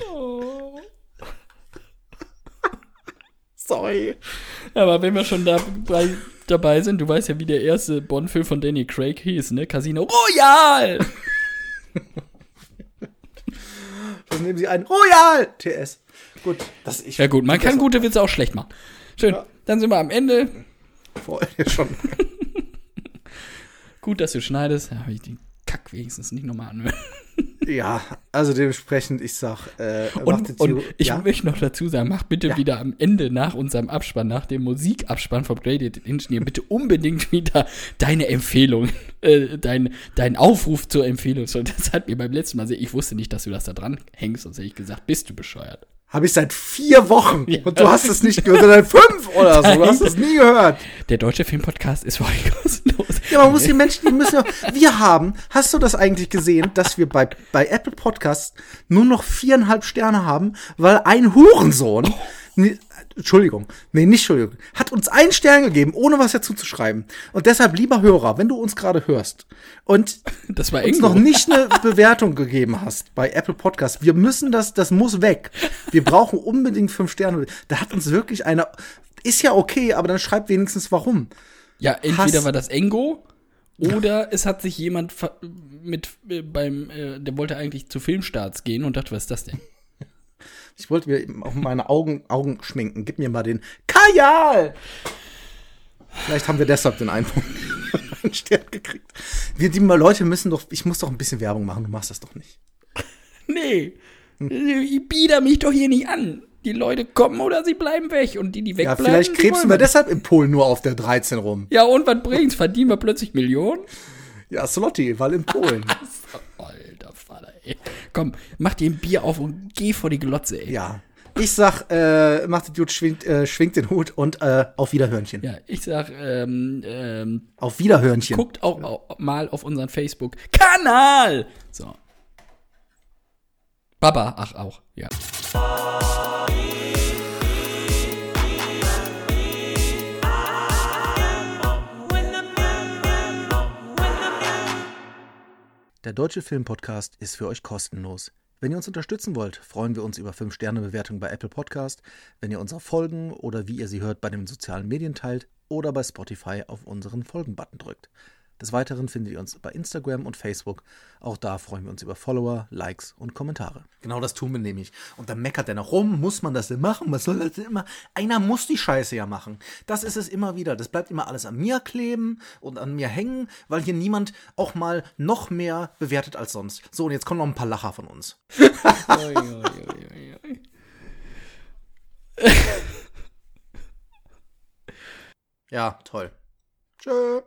Speaker 1: Sorry.
Speaker 2: Aber wenn wir schon dabei, dabei sind, du weißt ja, wie der erste Bond-Film von Danny Craig hieß, ne? Casino Royale!
Speaker 1: Dann nehmen sie einen Royal TS. Gut, das ich
Speaker 2: Ja gut, man kann gute Witze auch schlecht machen. Schön, dann sind wir am Ende.
Speaker 1: vorher schon.
Speaker 2: Gut, dass du schneidest. Ja, hab ich den Kack wenigstens nicht nochmal anhören.
Speaker 1: Ja, also dementsprechend, ich sag, äh, macht
Speaker 2: Und,
Speaker 1: jetzt
Speaker 2: und
Speaker 1: die-
Speaker 2: ich
Speaker 1: ja?
Speaker 2: möchte noch dazu sagen, mach bitte
Speaker 1: Ja.
Speaker 2: wieder am Ende nach unserem Abspann, nach dem Musikabspann vom Graded Engineer, bitte unbedingt wieder deine Empfehlung, äh, dein, dein Aufruf zur Empfehlung. So, das hat mir beim letzten Mal sehr, ich wusste nicht, dass du das da dran hängst, sonst hätte ich gesagt, bist du bescheuert.
Speaker 1: Habe ich seit vier Wochen
Speaker 2: Ja.
Speaker 1: und du hast es nicht gehört, sondern fünf oder so. Du hast es nie gehört.
Speaker 2: Der deutsche Filmpodcast ist für euch kostenlos.
Speaker 1: Ja, man muss die Menschen, die müssen ja. Wir haben, hast du das eigentlich gesehen, dass wir bei, bei Apple Podcasts nur noch viereinhalb Sterne haben, weil ein Hurensohn. Nee, Entschuldigung, nee, nicht Entschuldigung, hat uns einen Stern gegeben, ohne was dazu zu schreiben. Und deshalb, lieber Hörer, wenn du uns gerade hörst und
Speaker 2: Das war
Speaker 1: uns
Speaker 2: Ingo.
Speaker 1: noch nicht eine Bewertung gegeben hast bei Apple Podcast, wir müssen das, das muss weg. Wir brauchen unbedingt fünf Sterne. Da hat uns wirklich einer, ist ja okay, aber dann schreibt wenigstens warum.
Speaker 2: Ja, entweder
Speaker 1: Hass.
Speaker 2: war das Engo oder es hat sich jemand ver- mit äh, beim, äh, der wollte eigentlich zu Filmstarts gehen und dachte, was ist das denn?
Speaker 1: Ich wollte mir eben auch meine Augen, Augen schminken. Gib mir mal den Kajal! Vielleicht haben wir deshalb den einen Punkt- einen Stern gekriegt. Wir, die Leute müssen doch, ich muss doch ein bisschen Werbung machen, du machst das doch nicht.
Speaker 2: Nee, ich bieder mich doch hier nicht an. Die Leute kommen oder sie bleiben weg und die, die
Speaker 1: Ja,
Speaker 2: wegbleiben.
Speaker 1: vielleicht
Speaker 2: die
Speaker 1: krebsen
Speaker 2: wollen
Speaker 1: wir
Speaker 2: was.
Speaker 1: deshalb in Polen nur auf der 13 rum.
Speaker 2: Ja, und was bringt's? Verdienen wir plötzlich Millionen? Oh,
Speaker 1: Ja, Slotty, weil in Polen.
Speaker 2: Alter Vater, ey. Komm, mach dir ein Bier auf und geh vor die Glotze, ey.
Speaker 1: Ja. Ich sag, äh, macht es gut, schwingt, äh, schwingt den Hut und äh, auf Wiederhörnchen.
Speaker 2: Ja, ich sag, ähm, ähm,
Speaker 1: Auf Wiederhörnchen.
Speaker 2: guckt auch, auch mal auf unseren Facebook-Kanal. So. Baba, ach auch, ja.
Speaker 1: Der Deutsche Film Podcast ist für euch kostenlos. Wenn ihr uns unterstützen wollt, freuen wir uns über 5-Sterne-Bewertungen bei Apple Podcast, wenn ihr uns auf Folgen oder wie ihr sie hört bei den sozialen Medien teilt oder bei Spotify auf unseren Folgen-Button drückt. Des Weiteren findet ihr uns bei Instagram und Facebook. Auch da freuen wir uns über Follower, Likes und Kommentare. Genau das tun wir nämlich. Und dann meckert er noch rum, muss man das denn machen? Was soll das denn immer? Einer muss die Scheiße ja machen. Das ist es immer wieder. Das bleibt immer alles an mir kleben und an mir hängen, weil hier niemand auch mal noch mehr bewertet als sonst. So, und jetzt kommen noch ein paar Lacher von uns.
Speaker 2: Ui, ui, ui, ui, ui.
Speaker 1: Ja, toll. Tschö.